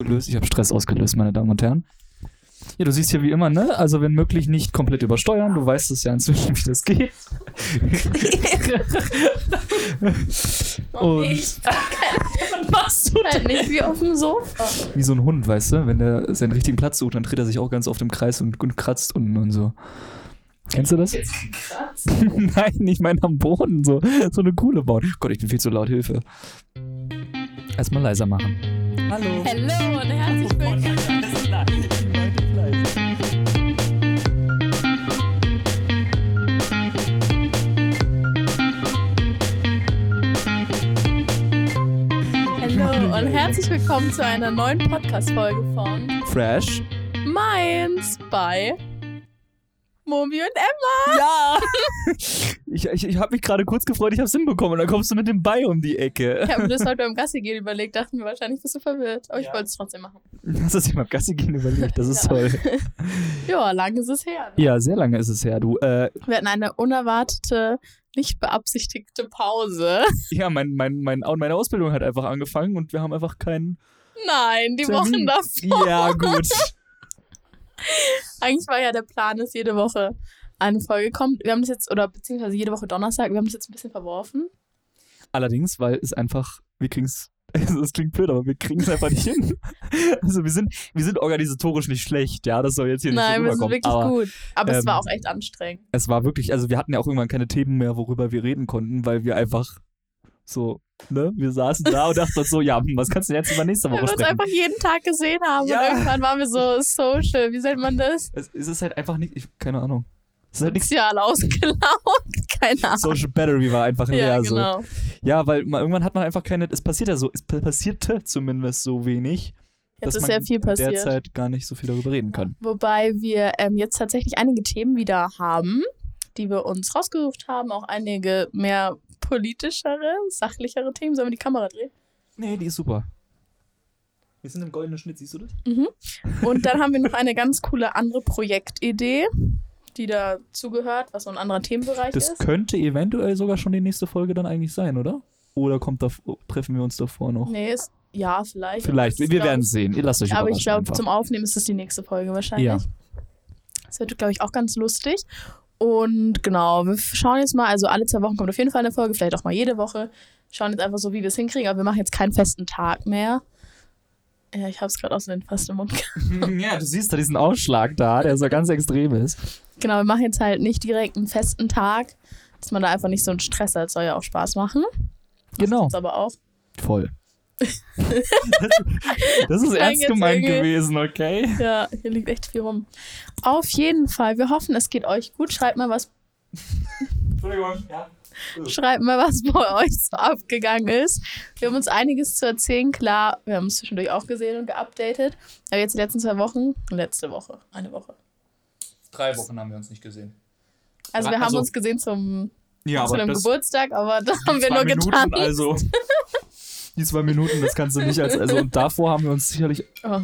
ausgelöst. Ich habe Stress ausgelöst, meine Damen und Herren. Ja, du siehst hier wie immer, ne? Also, wenn möglich, nicht komplett übersteuern. Du weißt es ja inzwischen, wie das geht. und Ich machst du halt nicht wie auf dem Sofa. wie so ein Hund, weißt du? Wenn der seinen richtigen Platz sucht, dann dreht er sich auch ganz oft im Kreis und, und kratzt unten und so. Kennst du das? Nein, ich meine am Boden, so, so eine Kuhle bauen. Gott, ich bin viel zu laut, Hilfe. Erstmal leiser machen. Hallo. Hallo und herzlich Oh willkommen. Hallo und herzlich willkommen zu einer neuen Podcast-Folge von Fresh. Mainz bei Momi und Emma. Ja! Ich, ich, ich habe mich gerade kurz gefreut, ich habe es hinbekommen. Und dann kommst du mit dem Bei um die Ecke. Ich habe mir das heute beim Gassi gehen überlegt, dachte mir wahrscheinlich bist du verwirrt. Aber ich wollte es trotzdem machen. Hast du es dir mal Gassi gehen überlegt? Das ist Ja. toll. Ja, lang ist es her. Ja, sehr lange ist es her. Du, äh, Wir hatten eine unerwartete, nicht beabsichtigte Pause. ja, mein, mein, mein, meine Ausbildung hat einfach angefangen und wir haben einfach keinen. Nein, die Wochen Termin. davor. Ja, gut. Eigentlich war ja der Plan, dass jede Woche eine Folge kommt. Wir haben das jetzt, oder beziehungsweise jede Woche Donnerstag, wir haben das jetzt ein bisschen verworfen. Allerdings, weil es einfach, wir kriegen's, also es klingt blöd, aber wir kriegen es einfach nicht hin. Also wir sind, wir sind organisatorisch nicht schlecht, ja, das soll jetzt hier nicht so Nein, wir sind rüberkommen. wirklich aber gut. Aber es ähm, war auch echt anstrengend. es war wirklich, also wir hatten ja auch irgendwann keine Themen mehr, worüber wir reden konnten, weil wir einfach so, ne, wir saßen da und dachten uns so, ja, hm, was kannst du jetzt über nächste Woche Weil wir uns sprechen? einfach jeden Tag gesehen haben Ja. und irgendwann waren wir so social. Wie nennt man das? Es, es ist halt einfach nicht, ich, keine Ahnung. Es ist halt nichts. Sozial ausgelaugt. Keine Ahnung. Social Battery war einfach leer. ja, so. genau. Ja, weil man, irgendwann hat man einfach keine. Es passiert ja so, es pa- passierte zumindest so wenig, dass Jetzt ist man sehr viel passiert. derzeit gar nicht so viel darüber reden kann. Wobei wir ähm, jetzt tatsächlich einige Themen wieder haben, die wir uns rausgesucht haben. Auch einige mehr politischere, sachlichere Themen. Sollen wir die Kamera drehen? Nee, die ist super. Wir sind im goldenen Schnitt, siehst du das? Und dann haben wir noch eine ganz coole andere Projektidee, die dazugehört, was so ein anderer Themenbereich Das ist. könnte eventuell sogar schon die nächste Folge dann eigentlich sein, oder? Oder kommt da, treffen wir uns davor noch? Nee, ist, ja, vielleicht. Vielleicht, Das wir ist, glaub werden ich- sehen. Ihr lasst euch Aber überraschen ich glaube, einfach. zum Aufnehmen ist das die nächste Folge wahrscheinlich. Ja. Das wird, glaube ich, auch ganz lustig. Und genau, wir schauen jetzt mal, also alle zwei Wochen kommt auf jeden Fall eine Folge, vielleicht auch mal jede Woche. Schauen jetzt einfach so, wie wir es hinkriegen, aber wir machen jetzt keinen festen Tag mehr. Ja, ich habe es gerade aus dem fast im Mund ja, du siehst da diesen Ausschlag da, der so ganz extrem ist. Genau, wir machen jetzt halt nicht direkt einen festen Tag, dass man da einfach nicht so einen Stress hat. Soll ja auch Spaß machen. Genau. Ist aber auch. Voll. das, das ist ernst jetzt gemeint irgendwie- gewesen, okay? Ja, hier liegt echt viel rum. Auf jeden Fall. Wir hoffen, es geht euch gut. Schreibt mal, was, Entschuldigung, ja. schreibt mal, was bei euch so abgegangen ist. Wir haben uns einiges zu erzählen. Klar, wir haben es zwischendurch auch gesehen und geupdatet. Aber jetzt die letzten zwei Wochen, letzte Woche, eine Woche. Drei Wochen haben wir uns nicht gesehen. Also Ah, wir haben also- uns gesehen zum, Ja, zu aber einem das, Geburtstag, aber da haben wir zwei nur Minuten, getan. also. Die zwei Minuten, das kannst du nicht als. Also, und davor haben wir uns sicherlich. Oh.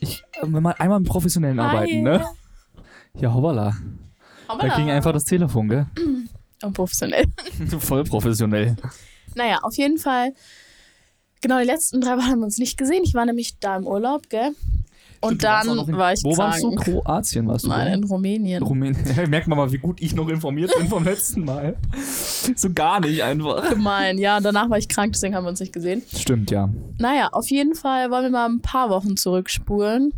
Ich, äh, wenn man einmal im Professionellen arbeiten, ne? Ja, hoppala. Aber Da ging einfach das Telefon, gell? Um professionell. Voll professionell. Naja, auf jeden Fall. Genau, die letzten drei Wochen haben wir uns nicht gesehen. Ich war nämlich da im Urlaub, gell? Und Du warst dann auch noch in- war ich Wo krank. warst du? Kroatien warst du? Nein, gell? in Rumänien. Rumänien. Merkt man mal, wie gut ich noch informiert bin vom letzten Mal. So gar nicht einfach. Gemein. Ja, und danach war ich krank, deswegen haben wir uns nicht gesehen. Stimmt, ja. Naja, auf jeden Fall wollen wir mal ein paar Wochen zurückspulen.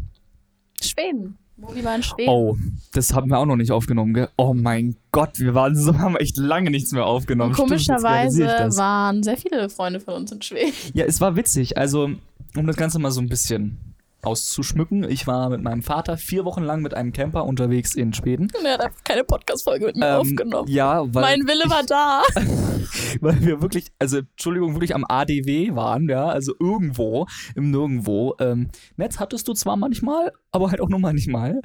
Schweden. Mobi war in Schweden. Oh, das haben wir auch noch nicht aufgenommen, gell? Oh mein Gott, wir waren so, haben echt lange nichts mehr aufgenommen. Und Stimmt, jetzt komischerweise realisiere ich das. waren sehr viele Freunde von uns in Schweden. Ja, es war witzig. Also, um das Ganze mal so ein bisschen auszuschmücken, ich war mit meinem Vater vier Wochen lang mit einem Camper unterwegs in Schweden. Und er hat einfach keine Podcast-Folge mit mir Ähm, aufgenommen. Ja, weil, mein Wille war da. weil wir wirklich, also Entschuldigung, wirklich am ADW waren, ja, also irgendwo im Nirgendwo. Ähm, Netz hattest du zwar manchmal, aber halt auch nur manchmal.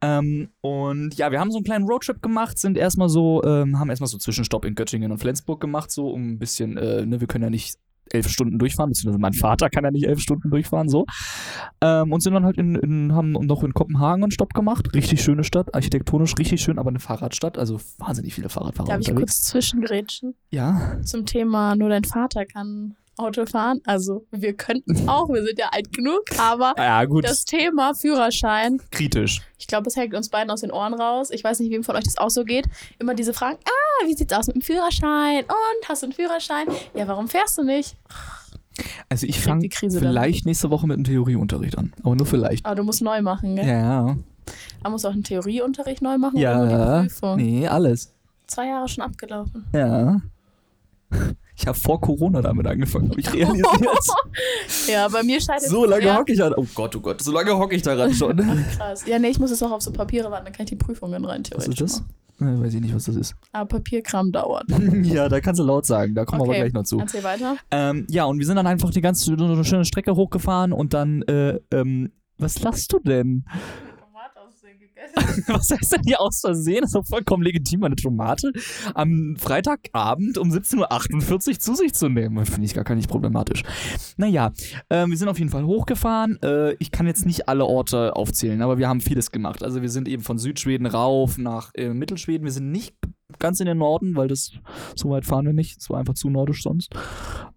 Ähm, und ja, wir haben so einen kleinen Roadtrip gemacht, sind erstmal so, ähm, haben erstmal so Zwischenstopp in Göttingen und Flensburg gemacht, so um ein bisschen, äh, ne, wir können ja nicht elf Stunden durchfahren, beziehungsweise mein Vater kann ja nicht elf Stunden durchfahren, so. Ähm, und sind dann halt in, in, haben noch in Kopenhagen einen Stopp gemacht. Richtig schöne Stadt, architektonisch richtig schön, aber eine Fahrradstadt, also wahnsinnig viele Fahrradfahrer Darf ich unterwegs. kurz zwischengrätschen? ja. Zum Thema nur dein Vater kann Auto fahren. Also wir könnten auch, wir sind ja alt genug, aber Ja, gut, das Thema Führerschein, kritisch. ich glaube, es hängt uns beiden aus den Ohren raus. Ich weiß nicht, wem von euch das auch so geht. Immer diese Fragen, ah, wie sieht's aus mit dem Führerschein? Und hast du einen Führerschein? Ja, warum fährst du nicht? Also ich Kriegt fange die Krise dann. vielleicht nächste Woche mit dem Theorieunterricht an. Aber nur vielleicht. Aber du musst neu machen, gell? Ja. Man muss auch einen Theorieunterricht neu machen oder nur Ja. die Prüfung. Nee, alles. Zwei Jahre schon abgelaufen. Ja. Ich habe vor Corona damit angefangen, habe ich realisiert. Ja, bei mir scheitert so lange ja, hocke ich daran. Oh Gott, oh Gott, so lange hocke ich daran schon. krass. Ja, nee, ich muss es auch auf so Papiere warten, dann kann ich die Prüfungen rein Was theoretisch ist das? machen. Äh, weiß ich nicht, was das ist. Aber Papierkram dauert. ja, da kannst du laut sagen, da kommen wir aber gleich noch zu. Erzähl weiter. Ähm, ja, und wir sind dann einfach die ganze so eine schöne Strecke hochgefahren und dann, äh, ähm, was lachst du denn? Was heißt denn hier aus Versehen? Das ist doch vollkommen legitim, eine Tomate am Freitagabend um 17.48 Uhr zu sich zu nehmen. Finde ich gar gar nicht problematisch. Naja, ähm, wir sind auf jeden Fall hochgefahren. Äh, ich kann jetzt nicht alle Orte aufzählen, aber wir haben vieles gemacht. Also wir sind eben von Südschweden rauf nach äh, Mittelschweden. Wir sind nicht ganz in den Norden, weil das so weit fahren wir nicht. Es war einfach zu nordisch sonst.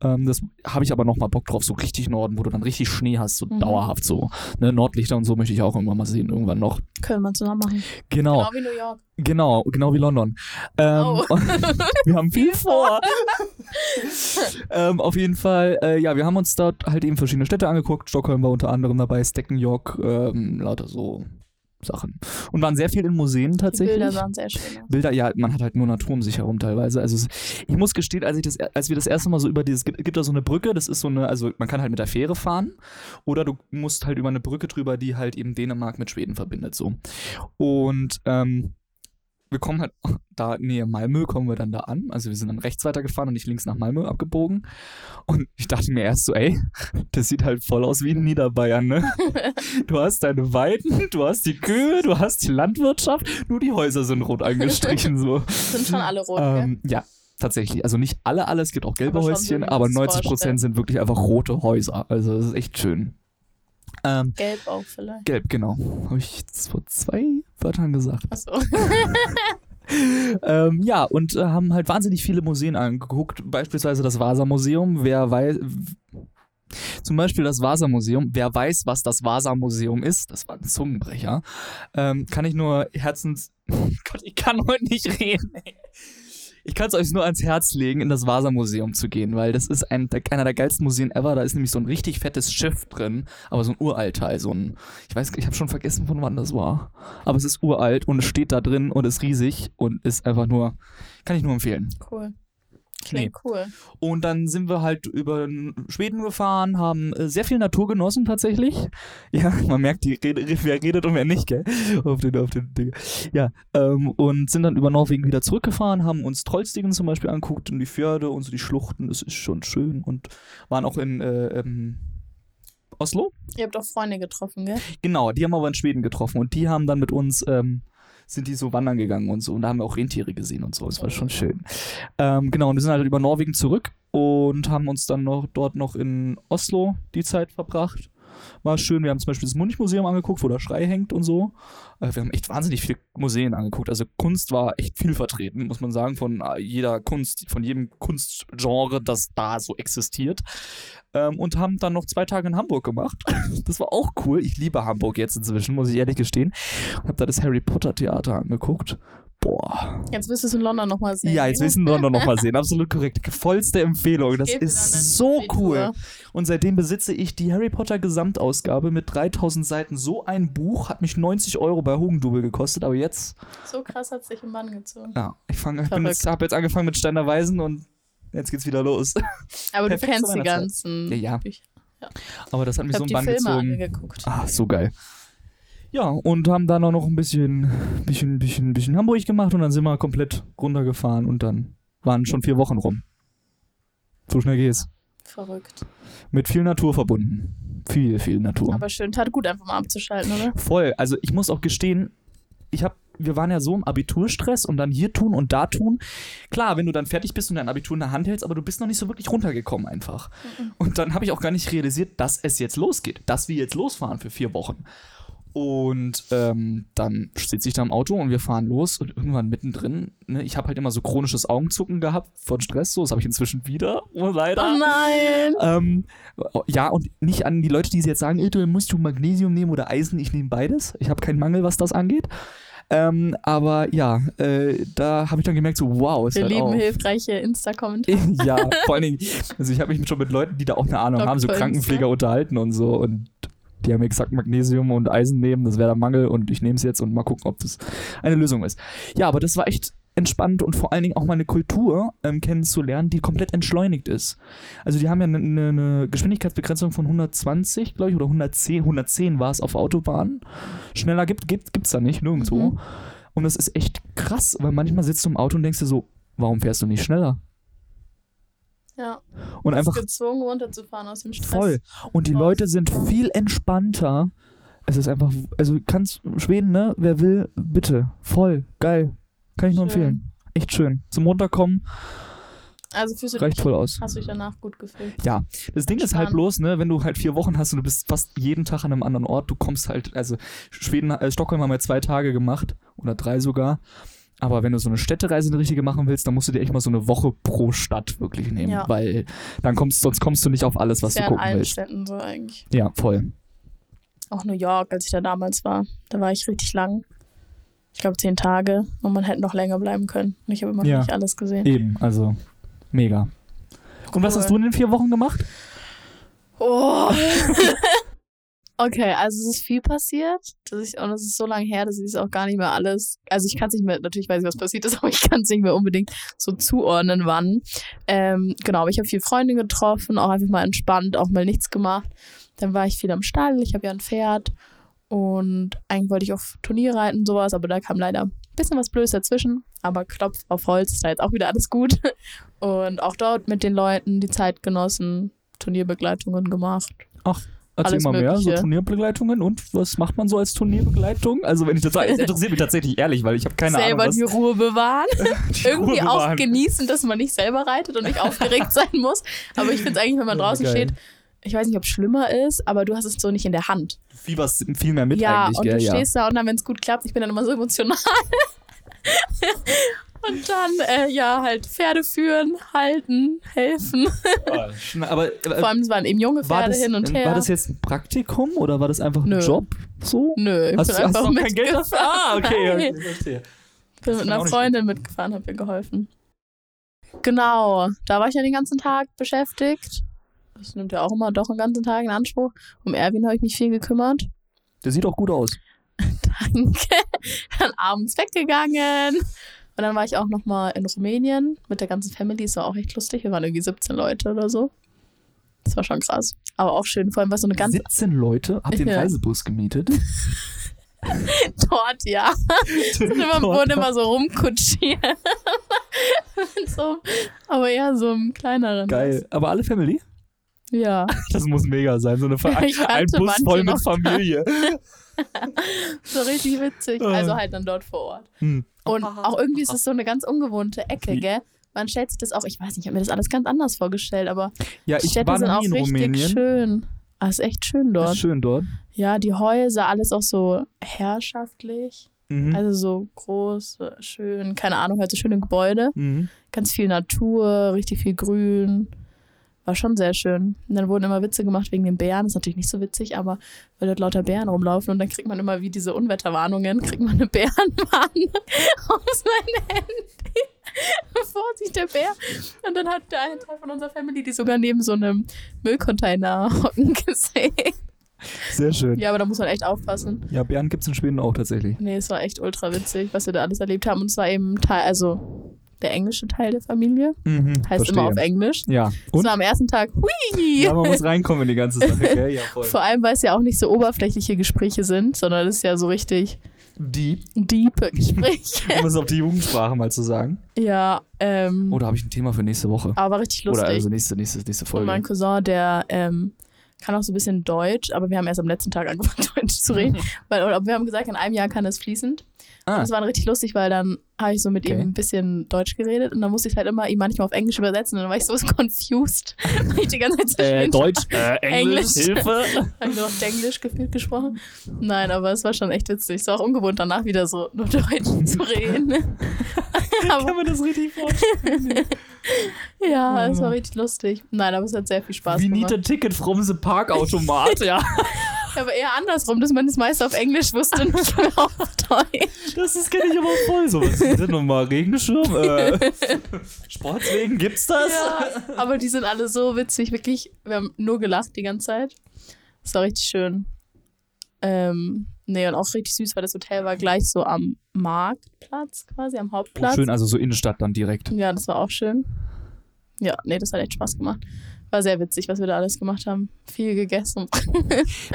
Ähm, das habe ich aber nochmal Bock drauf, so richtig Norden, wo du dann richtig Schnee hast, so Mhm. dauerhaft so. Ne, Nordlichter und so möchte ich auch irgendwann mal sehen, irgendwann noch. Können wir zusammen machen. Genau. Genau wie New York. Genau, genau wie London. Ähm, Oh. wir haben viel vor. ähm, auf jeden Fall, äh, ja, wir haben uns dort halt eben verschiedene Städte angeguckt. Stockholm war unter anderem dabei, Steckenjörg, ähm, lauter so Sachen. Und waren sehr viel in Museen Die tatsächlich. Bilder sahen sehr schön aus. Bilder, ja, man hat halt nur Natur um sich herum teilweise. Also es- ich muss gestehen, als, ich das, als wir das erste Mal so über dieses, gibt, gibt da so eine Brücke, das ist so eine, also man kann halt mit der Fähre fahren oder du musst halt über eine Brücke drüber, die halt eben Dänemark mit Schweden verbindet so. Und ähm, wir kommen halt da Nähe Malmö, kommen wir dann da an. Also wir sind dann rechts weitergefahren und nicht links nach Malmö abgebogen. Und ich dachte mir erst so, ey, das sieht halt voll aus wie in Niederbayern, ne? Du hast deine Weiden, du hast die Kühe, du hast die Landwirtschaft, nur die Häuser sind rot angestrichen so. Sind schon alle rot, gell? Ähm, ja, tatsächlich. Also nicht alle, alle. Es gibt auch gelbe Aber schon so, Häuschen, wie aber man sich's 90 Prozent vorstellt. sind wirklich einfach rote Häuser. Also das ist echt schön. Ähm, Gelb auch vielleicht. gelb, genau. Habe ich jetzt vor zwei Wörtern gesagt. Achso. Ähm, ja, und äh, haben halt wahnsinnig viele Museen angeguckt. Beispielsweise das Vasa-Museum. Wer weiß. Zum Beispiel das Vasa-Museum. Wer weiß, was das Vasa-Museum ist, das war ein Zungenbrecher, ähm, kann ich nur herzens. Gott, ich kann heute nicht reden. ey. Ich kann es euch nur ans Herz legen, in das Vasa-Museum zu gehen, weil das ist ein, der- einer der geilsten Museen ever. Da ist nämlich so ein richtig fettes Schiff drin, aber so ein Uraltteil, so ein, ich weiß, ich habe schon vergessen, von wann das war. Aber es ist uralt und es steht da drin und ist riesig und ist einfach nur, kann ich nur empfehlen. Cool. Klingt cool. Und dann sind wir halt über Schweden gefahren, haben äh, sehr viel Natur genossen tatsächlich. Ja, man merkt, die Rede, wer redet und wer nicht, gell? Auf den, auf den Ding. Ja, ähm, und sind dann über Norwegen wieder zurückgefahren, haben uns Trollstigen zum Beispiel angeguckt und die Fjorde und so die Schluchten, das ist schon schön. Und waren auch in äh, ähm, Oslo. Ihr habt auch Freunde getroffen, gell? Genau, die haben wir aber in Schweden getroffen und die haben dann mit uns, ähm, sind die so wandern gegangen und so und da haben wir auch Rentiere gesehen und so, das war schon schön. Ähm, genau, und wir sind halt über Norwegen zurück und haben uns dann noch dort noch in Oslo die Zeit verbracht. War schön, wir haben zum Beispiel das Munich-Museum angeguckt, wo der Schrei hängt und so. Äh, Wir haben echt wahnsinnig viele Museen angeguckt. Also Kunst war echt viel vertreten, muss man sagen, von äh, jeder Kunst, von jedem Kunstgenre, das da so existiert. Ähm, und haben dann noch zwei Tage in Hamburg gemacht. Das war auch cool. Ich liebe Hamburg jetzt inzwischen, muss ich ehrlich gestehen. Hab da das Harry Potter Theater angeguckt. Boah. Jetzt wirst du es in London nochmal sehen. Ja, jetzt gell? wissen wir noch mal sehen. Absolut korrekt. Vollste Empfehlung. Das Geht wieder eine ist so cool. Tour. Und seitdem besitze ich die Harry Potter Gesamtausgabe mit 3000 Seiten. So ein Buch hat mich 90 Euro bei Hugendubel gekostet, aber jetzt, So krass hat sich im Mann gezogen. ja, ich, fang- ich bin Verrückt. jetzt, hab jetzt angefangen mit Steiner Weisen und jetzt geht's wieder los. Aber du Perfekt zu kennst die meiner Zeit. ganzen Ja, ja. Bücher. Aber das hat mich Ich so hab einen die Bann Filme gezogen. angeguckt. Ah, so geil. Ja, und haben dann auch noch ein bisschen, bisschen, bisschen, bisschen Hamburg gemacht und dann sind wir komplett runtergefahren und dann waren schon vier Wochen rum. So schnell geht's. Verrückt. Mit viel Natur verbunden. Viel, viel Natur. Aber schön, tat gut, einfach mal abzuschalten, oder? Voll. Also ich muss auch gestehen, ich habe, wir waren ja so im Abiturstress und dann hier tun und da tun. Klar, wenn du dann fertig bist und dein Abitur in der Hand hältst, aber du bist noch nicht so wirklich runtergekommen einfach. Und dann habe ich auch gar nicht realisiert, dass es jetzt losgeht, dass wir jetzt losfahren für vier Wochen. Und ähm, dann sitze ich da im Auto und wir fahren los und irgendwann mittendrin, ne, ich habe halt immer so chronisches Augenzucken gehabt von Stress, so, das habe ich inzwischen wieder, oh, leider. Oh nein! Ähm, ja, und nicht an die Leute, die jetzt sagen, ey, du musst du Magnesium nehmen oder Eisen. Ich nehme beides. Ich habe keinen Mangel, was das angeht. Ähm, aber ja, äh, da habe ich dann gemerkt, so wow, ist Wir halt lieben auch. hilfreiche Insta-Kommentare. ja, vor allen Dingen, also ich habe mich schon mit Leuten, die da auch eine Ahnung haben, so Doktor Krankenpfleger unterhalten und so und die haben mir gesagt, Magnesium und Eisen nehmen, das wäre der Mangel und ich nehme es jetzt und mal gucken, ob das eine Lösung ist. Ja, aber das war echt entspannt und vor allen Dingen auch mal eine Kultur ähm, kennenzulernen, die komplett entschleunigt ist. Also die haben ja eine ne, ne Geschwindigkeitsbegrenzung von 120, glaube ich, oder 110, 110 war es auf Autobahnen. Schneller gibt es gibt, gibt's da nicht, nirgendwo. Mhm. Und das ist echt krass, weil manchmal sitzt du im Auto und denkst dir so, warum fährst du nicht schneller? Ja. Und Bist einfach gezwungen runterzufahren aus dem Stress. voll. Und die raus. Leute sind viel entspannter. Es ist einfach, also kannst Schweden, ne? Wer will, bitte. Voll, geil. Kann ich nur Schön. empfehlen. Echt schön. Zum Runterkommen Also fühlst du dich, reicht voll aus. hast du dich danach gut gefühlt. Ja, das Ding ist halt Entspannt. bloß, ne, wenn du halt vier Wochen hast und du bist fast jeden Tag an einem anderen Ort, du kommst halt, also Schweden, äh, Stockholm haben wir zwei Tage gemacht oder drei sogar. Aber wenn du so eine Städtereise eine richtige machen willst, dann musst du dir echt mal so eine Woche pro Stadt wirklich nehmen, Ja. weil dann kommst, sonst kommst du nicht auf alles, was Ist ja du in gucken allen willst. Städten so eigentlich. Ja, voll. Auch New York, als ich da damals war. Da war ich richtig lang. Ich glaube zehn Tage und man hätte noch länger bleiben können. Und Ich habe immer noch Ja. nicht alles gesehen. Eben, also mega. Und was Cool. hast du in den vier Wochen gemacht? Oh. okay, also es ist viel passiert. Dass ich, und es ist so lange her, dass ich es auch gar nicht mehr alles. Also ich kann es nicht mehr, natürlich weiß ich, was passiert ist, aber ich kann es nicht mehr unbedingt so zuordnen, wann. Ähm, genau, aber ich habe viel Freunde getroffen, auch einfach mal entspannt, auch mal nichts gemacht. Dann war ich viel am Stall, ich habe ja ein Pferd und eigentlich wollte ich auf Turnier reiten und sowas, aber da kam leider ein bisschen was Blödes dazwischen. Aber Klopf auf Holz ist da jetzt auch wieder alles gut. Und auch dort mit den Leuten, die Zeitgenossen, Turnierbegleitungen gemacht. Erzähl Alles mal mehr, so Mögliche. Turnierbegleitungen und was macht man so als Turnierbegleitung? Also wenn ich das sage, es interessiert mich tatsächlich ehrlich, weil ich habe keine selber Ahnung, was die Ruhe bewahren. die Irgendwie Ruhe auch bewahren. genießen, dass man nicht selber reitet und nicht aufgeregt sein muss. Aber ich finde es eigentlich, wenn man Ja, draußen Oh, geil. steht, ich weiß nicht, ob es schlimmer ist, aber du hast es so nicht in der Hand. Du fieberst viel mehr mit ja, eigentlich, und gell? du Ja. stehst da und dann, wenn es gut klappt, ich bin dann immer so emotional. und dann, äh, ja, halt Pferde führen, halten, helfen. Na, Aber äh, Vor allem, es waren eben junge war, Pferde das, hin und her. war das jetzt ein Praktikum oder war das einfach ein Nö. Job? So? Nö, ich Hast bin du hast einfach du noch kein Geld mitgefahren. dafür? Ah, okay, ja, Nein. ich verstehe. bin mit bin auch einer nicht Freundin mitgefahren, hab ihr geholfen. Genau, da war ich ja den ganzen Tag beschäftigt. Das nimmt ja auch immer doch einen ganzen Tag in Anspruch. Um Erwin habe ich mich viel gekümmert. Der sieht auch gut aus. Danke. Dann abends weggegangen. Und dann war ich auch nochmal in Rumänien mit der ganzen Family. Es war auch echt lustig. Wir waren irgendwie 17 Leute oder so. Das war schon krass. Aber auch schön. Vor allem war so eine ganze 17 Leute, habt ihr einen Ja. Reisebus gemietet? Torte, ja. Und immer, wurde immer so rumkutschiert. Mit so, aber eher so einem kleineren. Geil. Aber alle Family? Ja. Das muss mega sein. So eine Ver Ich ein kannte Bus manche voll mit noch. Familie. So richtig witzig. Äh. Also halt dann dort vor Ort. Hm. Und auch irgendwie ist es so eine ganz ungewohnte Ecke, Wie- gell? Man stellt sich das auch, ich weiß nicht, ich habe mir das alles ganz anders vorgestellt, aber Ja, die ich Städte war sind noch auch nie in richtig Rumänien. schön. Ah, ist echt schön Das dort. Ist schön dort. Ja, die Häuser, alles auch so herrschaftlich. Mhm. Also so groß, äh, schön, keine Ahnung, halt so schöne Gebäude. mhm. Ganz viel Natur, richtig viel Grün. War schon sehr schön. Und dann wurden immer Witze gemacht wegen den Bären. Ist natürlich nicht so witzig, aber weil dort lauter Bären rumlaufen und dann kriegt man immer wie diese Unwetterwarnungen, kriegt man eine Bärenwarnung aus meinem Handy. Vorsicht, der Bär. Und dann hat der eine Teil von unserer Family die sogar neben so einem Müllcontainer hocken gesehen. Sehr schön. Ja, Ja, aber da muss man echt aufpassen. Bären gibt es in Schweden auch tatsächlich. Nee, es war echt ultra witzig, was wir da alles erlebt haben. Und zwar eben Teil, also der englische Teil der Familie. Mhm. Heißt Verstehe. immer auf Englisch. Ja. Und? Und? So am ersten Tag, hui! Ja, man muss reinkommen in die ganze Sache. Gell? Ja, voll. Vor allem, weil es ja auch nicht so oberflächliche Gespräche sind, sondern es ist ja so richtig Deep, deep Gespräche. um es auf die Jugendsprache mal zu sagen. ja, ähm, Oder habe ich ein Thema für nächste Woche? aber war richtig Oder lustig. also nächste, nächste, nächste Und mein Folge. Cousin, der ähm, kann auch so ein bisschen Deutsch, aber wir haben erst am letzten Tag angefangen, Deutsch zu reden. Weil, oder wir haben gesagt, in einem Jahr kann das fließend. Ah. Und das war dann richtig lustig, weil dann habe ich so mit ihm Okay. ein bisschen Deutsch geredet und dann musste ich halt immer ihm manchmal auf Englisch übersetzen und dann war ich so confused, weil ich die ganze Zeit zwischen Äh, den Deutsch, äh, Englisch, Englisch. Hilfe. Hab ich nur auf Englisch gefühlt gesprochen. Nein, aber es war schon echt witzig. Es war auch ungewohnt, danach wieder so nur Deutsch zu reden. aber man das richtig vorstellen? ja, es war richtig lustig. Nein, aber es hat sehr viel Spaß We need gemacht. a ticket from the Parkautomat, ja. Aber eher andersrum, dass man das meiste auf Englisch wusste und nicht mehr auf Deutsch. Das ist kenne ich aber voll. So, was ist denn nochmal? Regenschirm? Äh, Sportwegen, gibt's das? Ja, aber die sind alle so witzig, wirklich. Wir haben nur gelacht die ganze Zeit. Es war richtig schön. Ähm, nee, und auch richtig süß, weil das Hotel war gleich so am Marktplatz quasi, am Oh, Hauptplatz. schön, also so Innenstadt dann direkt. Ja, das war auch schön. Ja, nee, das hat echt Spaß gemacht. War sehr witzig, was wir da alles gemacht haben. Viel gegessen.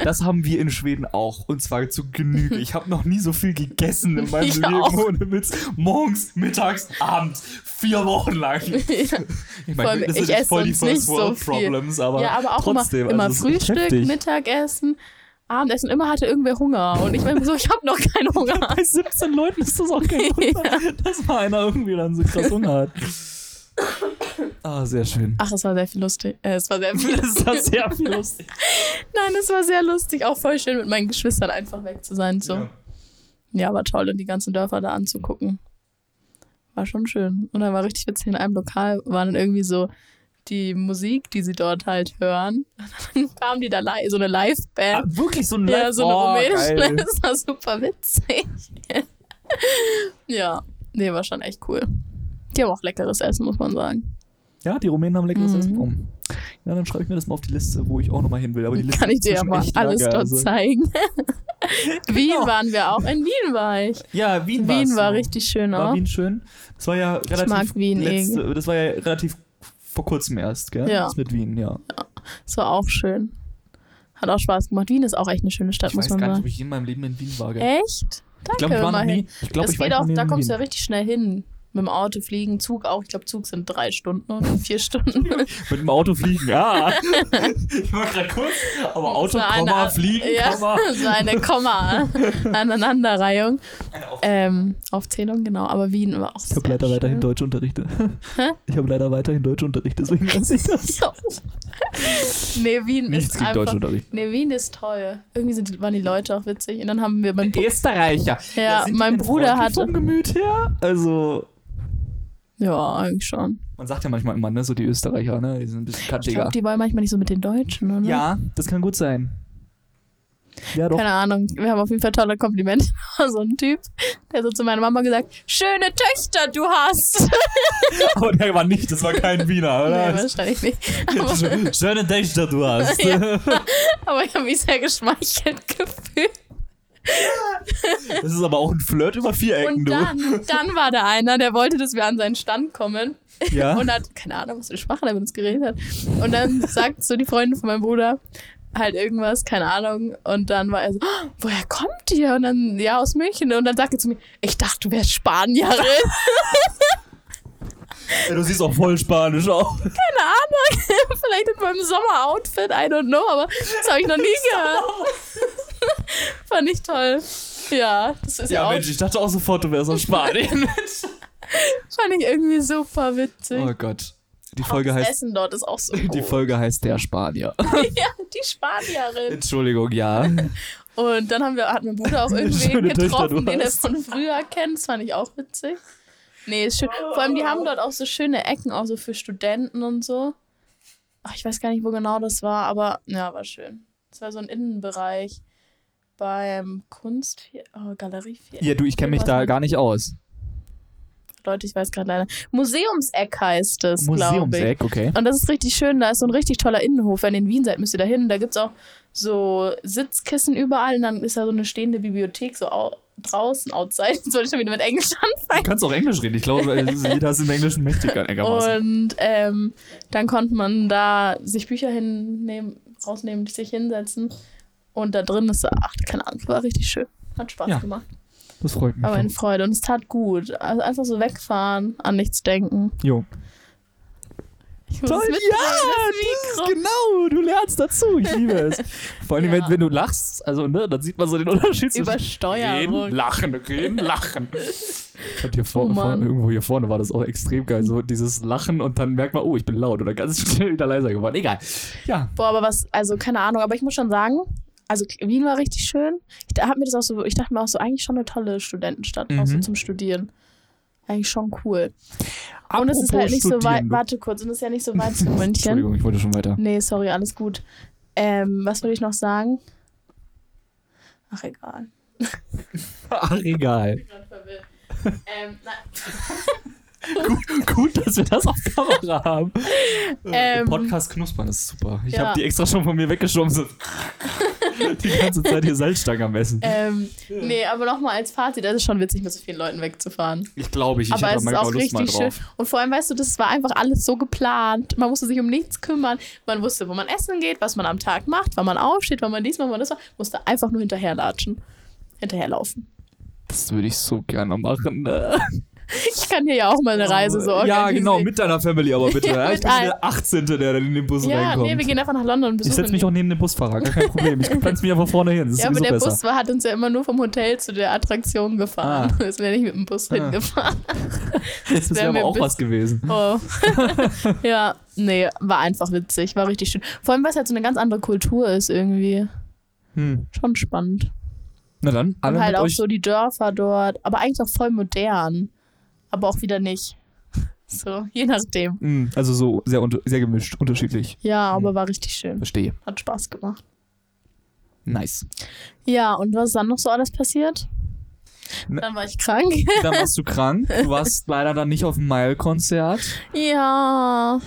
Das haben wir in Schweden auch. Und zwar zu Genüge. Ich habe noch nie so viel gegessen in meinem Ich Leben. auch. Ohne Witz. Morgens, mittags, abends. Vier Wochen lang. Ich Vor allem, meine, das ich sind jetzt esse voll die sonst nicht First so World viel. Problems, aber, ja, aber auch trotzdem. immer, immer also, es ist Frühstück, heftig. Mittagessen, Abendessen. Immer hatte irgendwer Hunger. Und ich war immer so, ich habe noch keinen Hunger. Bei 17 Leuten ist das auch kein Wunder, dass mal einer irgendwie dann so krass Hunger hat. Ah, sehr schön. Ach, es war sehr viel lustig. Äh, es war sehr viel Ist das sehr viel lustig. Nein, es war sehr lustig. Auch voll schön, mit meinen Geschwistern einfach weg zu sein. So. Ja. war toll. Und die ganzen Dörfer da anzugucken. War schon schön. Und dann war richtig witzig, in einem Lokal waren dann irgendwie so die Musik, die sie dort halt hören. Und dann kamen die da li- so eine Ah, Live-Band. wirklich so ein ja, so eine oh, rumänische. geil. Das war super witzig. ja, nee, war schon echt cool. Die haben auch leckeres Essen, muss man sagen. Ja, die Rumänen haben leckeres Mhm. Essen. Oh. Ja, dann schreibe ich mir das mal auf die Liste, wo ich auch nochmal hin will. Aber die Liste Kann ich dir ja inzwischen mal echt alles lange, dort also. zeigen. Wien Genau. waren wir auch. In Wien war ich. Ja, Wien, warst Wien du. war richtig schön War auch. Wien schön. Das war ja relativ. mag Wien eh. letzte, Das war ja relativ vor kurzem erst, gell? Ja. Das mit Wien, ja. Das war auch schön. Hat auch Spaß gemacht. Wien ist auch echt eine schöne Stadt, ich muss weiß gar man nicht, sagen. ob ich in meinem Leben in Wien war, gell? Echt? Danke ich glaube, ich war noch immerhin. nie. Ich glaube, das ich war geht noch auch, nie da in kommst du ja Wien. richtig schnell hin. Mit dem Auto fliegen, Zug auch. Ich glaube, Zug sind drei Stunden oder vier Stunden. Mit dem Auto fliegen, ja. ich war gerade kurz, aber Auto, Das war eine Komma, Art- fliegen, ja, Komma. Das war eine Komma. Aneinanderreihung. Eine Auf- Ähm, Aufzählung, genau. Aber Wien war auch Ich habe leider weiterhin Deutschunterricht. Ich habe leider weiterhin Deutschunterricht, deswegen weiß ich das. Nee, Wien Nichts ist gegen einfach... Deutschunterricht. Nee, Wien ist toll. Irgendwie sind, waren die Leute auch witzig. Und dann haben wir beim... Österreicher. Ja, sind die mein denn Bruder freundlich hatte- Vom Gemüt her. Also, Ja, eigentlich schon. man sagt ja manchmal immer, ne, so die Österreicher, ne, die sind ein bisschen Ich kantiger. glaube, die wollen manchmal nicht so mit den Deutschen, oder? Ja, das kann gut sein. Ja, doch. Keine Ahnung. Wir haben auf jeden Fall tolle Komplimente. So ein Typ, der so zu meiner Mama gesagt, schöne Töchter du hast. Aber Oh, der war nicht, das war kein Wiener, nee, oder? wahrscheinlich nicht. Schö- Schöne Dächter du hast. Ja. Aber ich habe mich sehr geschmeichelt gefühlt. Das ist aber auch ein Flirt über vier Ecken, Und dann, dann war da einer, der wollte, dass wir an seinen Stand kommen. du. Ja. und hat keine Ahnung, was für eine Sprache der mit uns geredet hat. Und dann sagt so die Freundin von meinem Bruder halt irgendwas, keine Ahnung. Und dann war er so, "Oh, woher kommt ihr? Und dann, ja, aus München. Und dann sagt er zu mir, ich dachte, du wärst Spanierin. Ja, Du siehst auch voll spanisch aus. Keine Ahnung, vielleicht in meinem Sommeroutfit, I don't know, aber das habe ich noch nie gehört. Fand ich toll. Ja, das ist ja, Ja, auch, Mensch, ich dachte auch sofort, du wärst aus Spanien. fand ich irgendwie super witzig. oh Gott. Die Auch Folge das heißt. Essen dort ist auch so Die gut. Folge heißt der Spanier. ja, die Spanierin. Entschuldigung, ja. Und dann haben wir, hat mein Bruder auch irgendwen Schöne Töchter, du getroffen, den er hast. von früher kennt. Das fand ich auch witzig. Nee, ist schön. Vor allem, die haben dort auch so schöne Ecken, auch so für Studenten und so. Ach, ich weiß gar nicht, wo genau das war, aber ja, war schön. Es war so ein Innenbereich beim Kunst, oh, Galerie 4. Ja, du, ich kenne mich da gar nicht aus. Leute, ich weiß gerade leider. Museumseck heißt es, glaube ich. Museumseck, okay. Und das ist richtig schön. Da ist so ein richtig toller Innenhof. Wenn ihr in Wien seid, müsst ihr da hin. Da gibt es auch so Sitzkissen überall. Und dann ist da so eine stehende Bibliothek so au draußen, outside. Jetzt wollte ich schon wieder mit Englisch Du kannst auch Englisch reden. Ich glaube, es ist- jeder ist im Englischen mächtig einigermaßen. anfangen. Und ähm, dann konnte man da sich Bücher hinnehmen, rausnehmen, sich hinsetzen. Und da drin ist, ach, keine Ahnung, war richtig schön. Hat Spaß Ja. gemacht. Das freut mich. Aber in Freude. Und es tat gut. Also einfach so wegfahren, an nichts denken. Jo. Ich muss Toll, es ja, mitnehmen, das das ist Mikro. genau, du lernst dazu, ich liebe es. Vor allem, Ja. wenn, wenn du lachst, also, ne, dann sieht man so den Unterschied zwischen Übersteuerung. Reden, lachen, reden, lachen. Und hier vorne, Oh Mann. vorne, irgendwo hier vorne war das auch extrem geil. So dieses Lachen und dann merkt man, oh, ich bin laut oder ganz schnell wieder leiser geworden. Egal. Ja, Boah, aber was, also keine Ahnung, aber ich muss schon sagen, also Wien war richtig schön. Ich da- hab mir das auch so, ich dachte mir auch so, eigentlich schon eine tolle Studentenstadt, auch so Mhm. zum Studieren. Eigentlich schon cool. Apropos und es ist halt nicht so weit, studieren, du- warte kurz, und es ist ja nicht so weit zu München. Entschuldigung, ich wollte schon weiter. Nee, sorry, alles gut. Ähm, was wollte ich noch sagen? Ach, egal. Ach, egal. Ähm, Gut, gut, dass wir das auf Kamera haben. Äh, Ähm. Podcast knuspern ist super. Ich Ja. habe die extra schon von mir weggeschoben. So. die ganze Zeit hier Salzstangen am Essen. ähm, nee, aber nochmal als Fazit, das ist schon witzig, mit so vielen Leuten wegzufahren. ich glaube, ich, ich aber habe es ist manchmal auch Lust mal richtig schön. drauf. Und vor allem, weißt du, das war einfach alles so geplant. Man musste sich um nichts kümmern. Man wusste, wo man essen geht, was man am Tag macht, wann man aufsteht, wann man dies macht, wann man das macht. Musste einfach nur hinterherlatschen. Hinterherlaufen. Das würde ich so gerne machen. Ne? Ich kann hier ja auch mal eine Reise so organisieren. Ja, genau, mit deiner Family aber bitte. Ja, ja, ich mit bin allen. der 18. der dann in den Bus Ja, reinkommt. nee, wir gehen einfach nach London und ich besuchen. setze mich auch neben den Busfahrer, gar kein Problem. Ich pflanze mich einfach vorne hin. Das ist ja, aber sowieso der besser. Bus war, hat uns ja immer nur vom Hotel zu der Attraktion gefahren. Ah. Wir sind ja nicht mit dem Bus Ah. hingefahren. das wär wäre mir aber auch bis- was gewesen. Oh. ja, nee, war einfach witzig, war richtig schön. Vor allem, weil es halt so eine ganz andere Kultur ist irgendwie. Hm. Schon spannend. Na dann, alle Und halt mit auch euch. so die Dörfer dort, aber eigentlich auch voll modern. Aber auch wieder nicht. So, je nachdem. Hm, also so sehr, unter- sehr gemischt, unterschiedlich. Ja, aber war richtig schön. Verstehe. Hat Spaß gemacht. Nice. Ja, und was ist dann noch so alles passiert? Na- Dann war ich krank. Dann warst du krank. Du warst leider dann nicht auf dem Mile-Konzert. ja.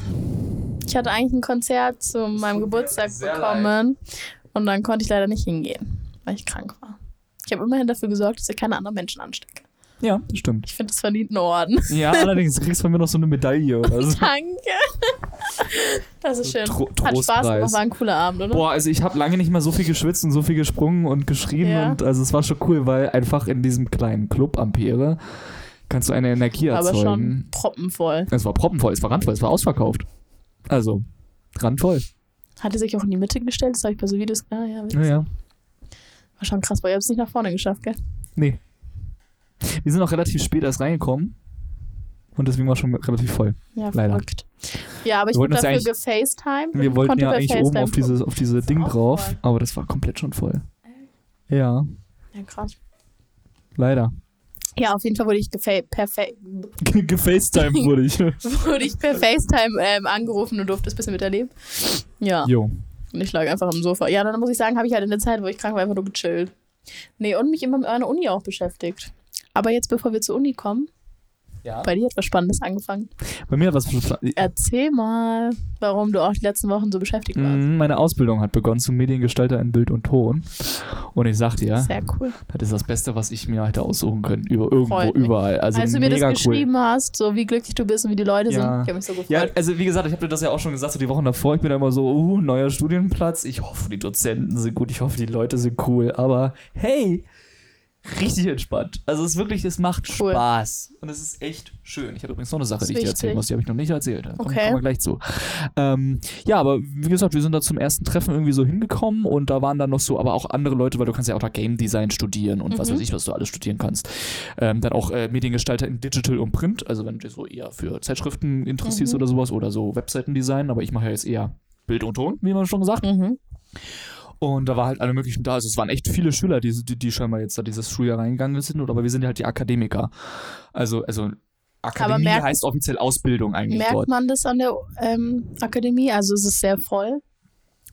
Ich hatte eigentlich ein Konzert zu tut meinem mir Geburtstag sehr bekommen. Und dann konnte ich leider nicht hingehen, weil ich krank war. Ich habe immerhin dafür gesorgt, dass ich keine anderen Menschen anstecke. Ja, das stimmt. Ich finde, das verdient einen Orden. Ja, allerdings kriegst du von mir noch so eine Medaille oder so. Danke. Das ist schön. Also Tro- Hat Spaß Trostpreis. gemacht, war ein cooler Abend, oder? Boah, also ich habe lange nicht mehr so viel geschwitzt und so viel gesprungen und geschrien Ja. und also es war schon cool, weil einfach in diesem kleinen Club Ampere kannst du eine Energie aber schon erzeugen. proppenvoll. Es war proppenvoll, es war randvoll, es war ausverkauft. Also randvoll. Hat er sich auch in die Mitte gestellt? Das habe ich bei so Videos. Ah, ja, witzig. Naja, War schon krass, weil ihr habt es nicht nach vorne geschafft, gell? nee. Wir sind auch relativ spät erst reingekommen und deswegen war schon relativ voll. Ja, Leider. verrückt. Ja, aber ich Wir wollten wurde uns ja dafür gefacetimed. Wir und wollten konnte ja per eigentlich FaceTime oben auf gucken. dieses auf diese Ding auch drauf, voll. aber das war komplett schon voll. Ja, Ja, krass. leider. Ja, auf jeden Fall wurde ich, gefa per Fa Gefacetimed wurde ich. wurde ich per FaceTime ähm, angerufen und durfte es ein bisschen miterleben. Ja, Jo. und ich lag einfach am Sofa. Ja, dann muss ich sagen, habe ich halt in der Zeit, wo ich krank war, einfach nur gechillt. Nee, und mich immer mit meiner Uni auch beschäftigt. Aber jetzt, bevor wir zur Uni kommen, Ja. bei dir hat was Spannendes angefangen. Bei mir hat was Erzähl mal, warum du auch die letzten Wochen so beschäftigt warst. Mhm, Meine Ausbildung hat begonnen zum Mediengestalter in Bild und Ton. Und ich sag dir, Sehr cool. das ist das Beste, was ich mir hätte aussuchen können. Über irgendwo, Freut mich. überall. Also Als du mir das mega cool. geschrieben hast, so wie glücklich du bist und wie die Leute Ja. sind, ich habe mich so gefreut. Ja, also wie gesagt, ich habe dir das ja auch schon gesagt, so die Wochen davor. Ich bin da immer so, uh, neuer Studienplatz. Ich hoffe, die Dozenten sind gut, ich hoffe, die Leute sind cool. Aber hey, richtig entspannt. Also es ist wirklich, es macht Cool. Spaß. Und es ist echt schön. Ich hatte übrigens noch eine Sache, Das die ist ich dir erzählen wichtig. muss, die habe ich noch nicht erzählt. Da kommen- Okay. Kommen wir gleich zu. Ähm, ja, aber wie gesagt, wir sind da zum ersten Treffen irgendwie so hingekommen und da waren dann noch so, aber auch andere Leute, weil du kannst ja auch da Game Design studieren und Mhm. was weiß ich, was du alles studieren kannst. Ähm, dann auch äh, Mediengestalter in Digital und Print, also wenn du so eher für Zeitschriften interessierst Mhm. oder sowas oder so Webseitendesign, aber ich mache ja jetzt eher Bild und Ton, wie man schon gesagt. Mhm. Und da war halt alle möglichen da. Also es waren echt viele Schüler, die, die, die scheinbar jetzt da dieses Schuljahr reingegangen sind, oder aber wir sind ja halt die Akademiker. Also, also Akademie merkt- heißt offiziell Ausbildung eigentlich dort. Merkt man das an der ähm, Akademie? Also es ist sehr voll.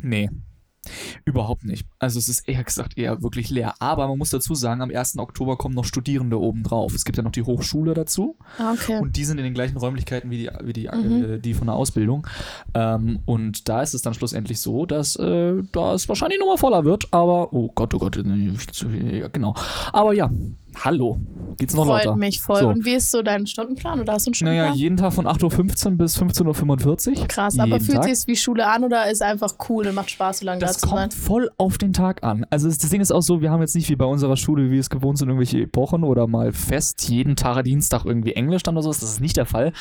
Nee. Überhaupt nicht. Also es ist eher gesagt eher wirklich leer. Aber man muss dazu sagen, am 1. Oktober kommen noch Studierende obendrauf. Es gibt ja noch die Hochschule dazu Ah, Okay. und die sind in den gleichen Räumlichkeiten wie die, wie die, Mhm. äh, die von der Ausbildung. Ähm, und da ist es dann schlussendlich so, dass äh, da es wahrscheinlich nochmal voller wird. Aber, oh Gott, oh Gott, äh, ich- zu- ja, genau. Aber ja, Hallo, geht's noch Freut lauter? mich voll. So. Und wie ist so dein Stundenplan oder hast du einen Stundenplan? Naja, jeden Tag von 8.15 Uhr bis 15.45 Uhr. Krass, aber jeden fühlt Tag. sich wie Schule an oder ist einfach cool und macht Spaß, so lange da Das zu sein? kommt voll auf den Tag an. Also es- das Ding ist auch so, wir haben jetzt nicht wie bei unserer Schule, wie wir es gewohnt sind, irgendwelche Epochen oder mal fest jeden Tag Dienstag irgendwie Englisch dann oder sowas. Das ist nicht der Fall,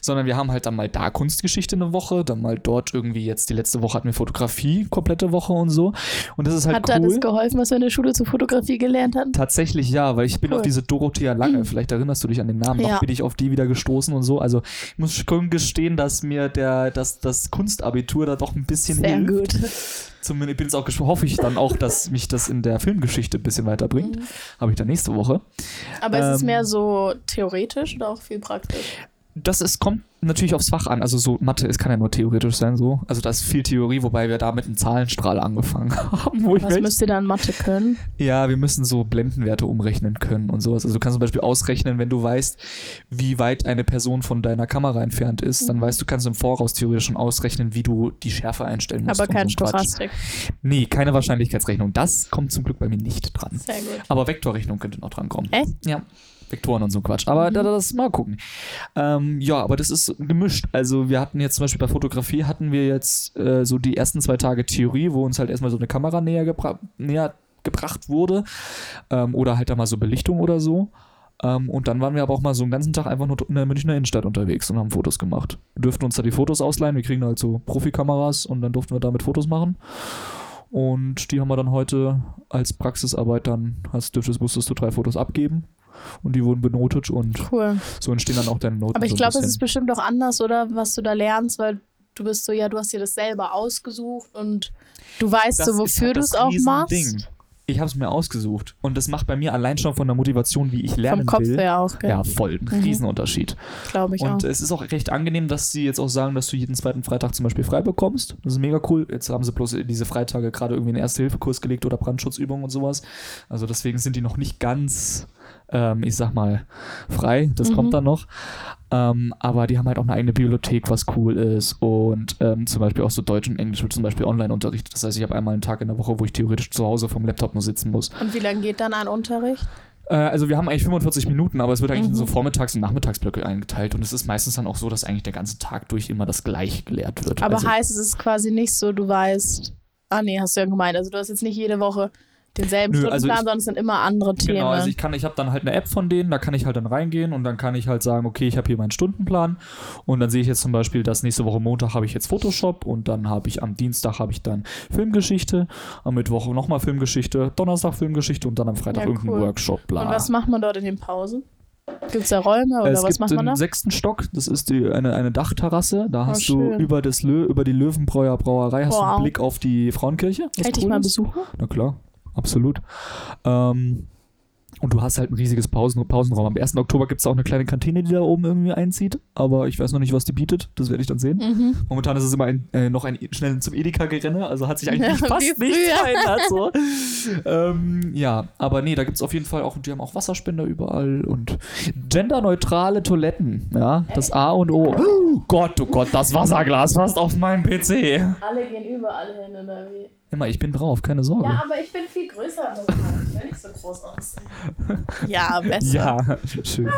sondern wir haben halt dann mal da Kunstgeschichte eine Woche, dann mal dort irgendwie jetzt die letzte Woche hatten wir Fotografie komplette Woche und so. Und das ist halt Hat da cool. das geholfen, was wir in der Schule zur Fotografie gelernt hatten? Tatsächlich ja, weil ich bin Cool. auf diese Dorothea Lange, vielleicht erinnerst du dich an den Namen, noch Ja. bin ich auf die wieder gestoßen und so. Also ich muss schon gestehen, dass mir der, dass das Kunstabitur da doch ein bisschen Sehr hilft. gut. Zumindest ich bin jetzt auch gespannt, hoffe ich dann auch, dass mich das in der Filmgeschichte ein bisschen Mhm. weiterbringt. Habe ich dann nächste Woche. Aber es ist Ähm, mehr so theoretisch oder auch viel praktisch? Das ist, kommt natürlich aufs Fach an. Also so Mathe, es kann ja nur theoretisch sein so. Also da ist viel Theorie, wobei wir da mit einem Zahlenstrahl angefangen haben. Wo ich Was mir- müsst ihr dann Mathe können? Ja, wir müssen so Blendenwerte umrechnen können und sowas. Also du kannst zum Beispiel ausrechnen, wenn du weißt, wie weit eine Person von deiner Kamera entfernt ist, Mhm. dann weißt du, kannst du im Voraus theoretisch schon ausrechnen, wie du die Schärfe einstellen musst. Aber und kein so ein Quatsch. Stochastik. Nee, keine Wahrscheinlichkeitsrechnung. Das kommt zum Glück bei mir nicht dran. Sehr gut. Aber Vektorrechnung könnte noch dran kommen. Echt? Ja. Vektoren und so ein Quatsch. Aber da, das mal gucken. Ähm, ja, aber das ist gemischt. Also wir hatten jetzt zum Beispiel bei Fotografie hatten wir jetzt äh, so die ersten zwei Tage Theorie, wo uns halt erstmal so eine Kamera näher, gebra näher gebracht wurde. Ähm, oder halt da mal so Belichtung oder so. Ähm, und dann waren wir aber auch mal so einen ganzen Tag einfach nur in der Münchner Innenstadt unterwegs und haben Fotos gemacht. Wir durften uns da die Fotos ausleihen. Wir kriegen halt so Profikameras und dann durften wir damit Fotos machen. Und die haben wir dann heute als Praxisarbeit dann, als dürftest, musstest du drei Fotos abgeben. Und die wurden benotet und Cool. so entstehen dann auch deine Noten. Aber ich so ein glaube, es bisschen. ist bestimmt auch anders, oder? Was du da lernst, weil du bist so, ja, du hast dir das selber ausgesucht und du weißt Das so, ist wofür halt du das es auch machst. Riesending. Ich habe es mir ausgesucht. Und das macht bei mir allein schon von der Motivation, wie ich lernen Vom Mhm. Kopf will. her auch, Ja, voll. Ein Riesenunterschied. glaube ich auch. Und es ist auch recht angenehm, dass sie jetzt auch sagen, dass du jeden zweiten Freitag zum Beispiel frei bekommst. Das ist mega cool. Jetzt haben sie bloß diese Freitage gerade irgendwie einen Erste-Hilfe-Kurs gelegt oder Brandschutzübungen und sowas. Also deswegen sind die noch nicht ganz, ähm, ich sag mal, frei. Das Mhm. kommt dann noch. Ähm, aber die haben halt auch eine eigene Bibliothek, was cool ist. Und ähm, zum Beispiel auch so Deutsch und Englisch wird zum Beispiel online unterrichtet. Das heißt, ich habe einmal einen Tag in der Woche, wo ich theoretisch zu Hause vom Laptop nur sitzen muss. Und wie lange geht dann ein Unterricht? Äh, Also wir haben eigentlich 45 Minuten, aber es wird eigentlich in Mhm. so Vormittags- und Nachmittagsblöcke eingeteilt und es ist meistens dann auch so, dass eigentlich der ganze Tag durch immer das gleiche gelehrt wird. Aber halt also, heißt es ist quasi nicht so, du weißt, ah nee, hast du ja gemeint, also du hast jetzt nicht jede Woche denselben Nö, also Stundenplan, ich- sondern es sind immer andere Themen. genau, also ich kann, ich habe dann halt eine App von denen, da kann ich halt dann reingehen und dann kann ich halt sagen, okay, ich habe hier meinen Stundenplan und dann sehe ich jetzt zum Beispiel, dass nächste Woche Montag habe ich jetzt Photoshop und dann habe ich am Dienstag habe ich dann Filmgeschichte, am Mittwoch nochmal Filmgeschichte, Donnerstag Filmgeschichte und dann am Freitag Ja, irgendein cool. Workshop, bla. und was macht man dort in den Pausen? Gibt es da Räume oder es was gibt macht man den da? Oh, sechsten Stock, das ist die, eine, eine Dachterrasse. Da hast schön. du über, das Lö über die Löwenbräuer Brauerei hast du Wow. einen Blick auf die Frauenkirche. was Kann ich dich cool mal ist. besuchen? Na klar, absolut. Ähm, und du hast halt ein riesiges Pausen Pausenraum. Am 1. Oktober gibt es auch eine kleine Kantine, die da oben irgendwie einzieht. Aber ich weiß noch nicht, was die bietet. Das werde ich dann sehen. Mhm. Momentan ist es immer ein, äh, noch ein schnell zum Edeka-Gerenne, also hat sich eigentlich nicht Wie fast früher. nichts verändert. So. ähm, ja, aber nee, da gibt es auf jeden Fall auch, die haben auch Wasserspender überall und genderneutrale Toiletten, ja, das A und O. Äh. Oh Gott, oh Gott, das Wasserglas fast auf meinem PC. Alle gehen überall hin oder wie? Immer, ich bin drauf, keine Sorge. aber ich bin viel größer als ich bin nicht so groß aus. Ja, besser. Ja, schön.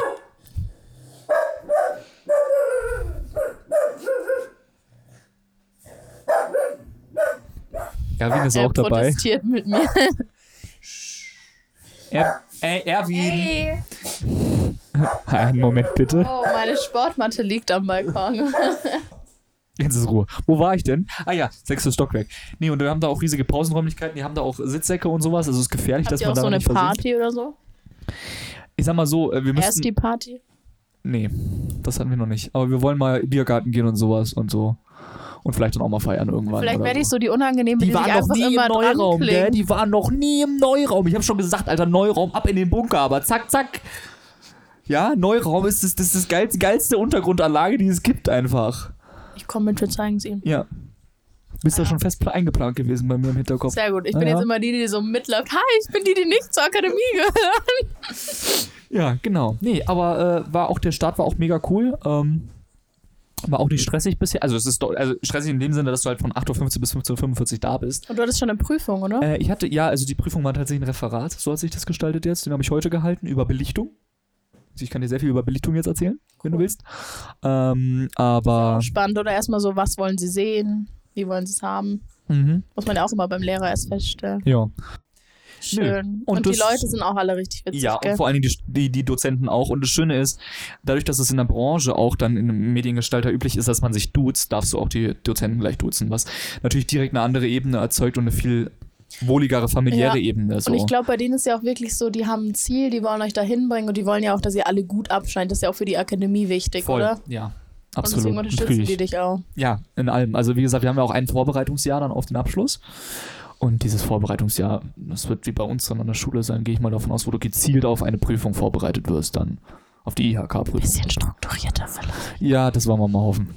Erwin ist er auch dabei. protestiert mit mir. Er, ey, Erwin. Einen Moment bitte. Oh, meine Sportmatte liegt am Balkon. Jetzt ist Ruhe. Wo war ich denn? Ah ja, sechstes Stockwerk. Nee, und wir haben da auch riesige Pausenräumlichkeiten. Die haben da auch Sitzsäcke und sowas. Also es ist gefährlich, Habt dass ihr man auch da so eine nicht versinkt. Party oder so? Ich sag mal so, äh, wir Erst müssen... die Party? Nee, das hatten wir noch nicht. Aber wir wollen mal Biergarten gehen und sowas und so. Und vielleicht dann auch mal feiern irgendwann. Vielleicht oder werde so. ich so die Unangenehme, die, Die sich waren noch einfach nie im immer Neuraum, gell? dranklingt. Die waren noch nie im Neuraum. Ich habe schon gesagt, Alter, Neuraum, ab in den Bunker, aber zack, zack. Ja, Neuraum ist das, das, ist das geilste, geilste Untergrundanlage, die es gibt einfach. Ich komme mit, wir zeigen es ihm. Ja. Bist du schon fest pla- eingeplant gewesen bei mir im Hinterkopf? Ah. Sehr gut. Ich bin Ja. jetzt immer die, die so mitläuft. Hi, ich bin die, die nicht zur Akademie gehört. Ja, genau. Nee, aber äh, war auch der Start war auch mega cool. Ähm, War auch nicht stressig bisher. Also es ist doch, also stressig in dem Sinne, dass du halt von 8.15 Uhr bis 15.45 Uhr da bist. Und du hattest schon eine Prüfung, oder? Äh, ich hatte, ja, also die Prüfung war tatsächlich ein Referat, so hat sich das gestaltet jetzt. Den habe ich heute gehalten über Belichtung. Also ich kann dir sehr viel über Belichtung jetzt erzählen, wenn du Cool. willst. Ähm, aber Spannend. Oder erstmal so, was wollen sie sehen? Wie wollen sie es haben? mhm, Muss man ja auch immer beim Lehrer erst feststellen. ja. Schön. Und Und, die das- Leute sind auch alle richtig witzig, Ja, gell? und vor allen Dingen die, die, die Dozenten auch. Und das Schöne ist, dadurch, dass es in der Branche auch dann in einem Mediengestalter üblich ist, dass man sich duzt, darfst du auch die Dozenten gleich duzen, was natürlich direkt eine andere Ebene erzeugt und eine viel wohligere familiäre Ja. Ebene. So. Und ich glaube, bei denen ist ja auch wirklich so, die haben ein Ziel, die wollen euch dahin bringen und die wollen ja auch, dass ihr alle gut abschneidet. Das ist ja auch für die Akademie wichtig, Voll, oder? ja. Und Absolut. deswegen unterstützen Natürlich. die dich auch. Ja, in allem. Also wie gesagt, wir haben ja auch ein Vorbereitungsjahr dann auf den Abschluss. Und dieses Vorbereitungsjahr, das wird wie bei uns dann an der Schule sein, gehe ich mal davon aus, wo du gezielt auf eine Prüfung vorbereitet wirst, dann auf die IHK-Prüfung. Bisschen strukturierter vielleicht. Ja, das wollen wir mal hoffen.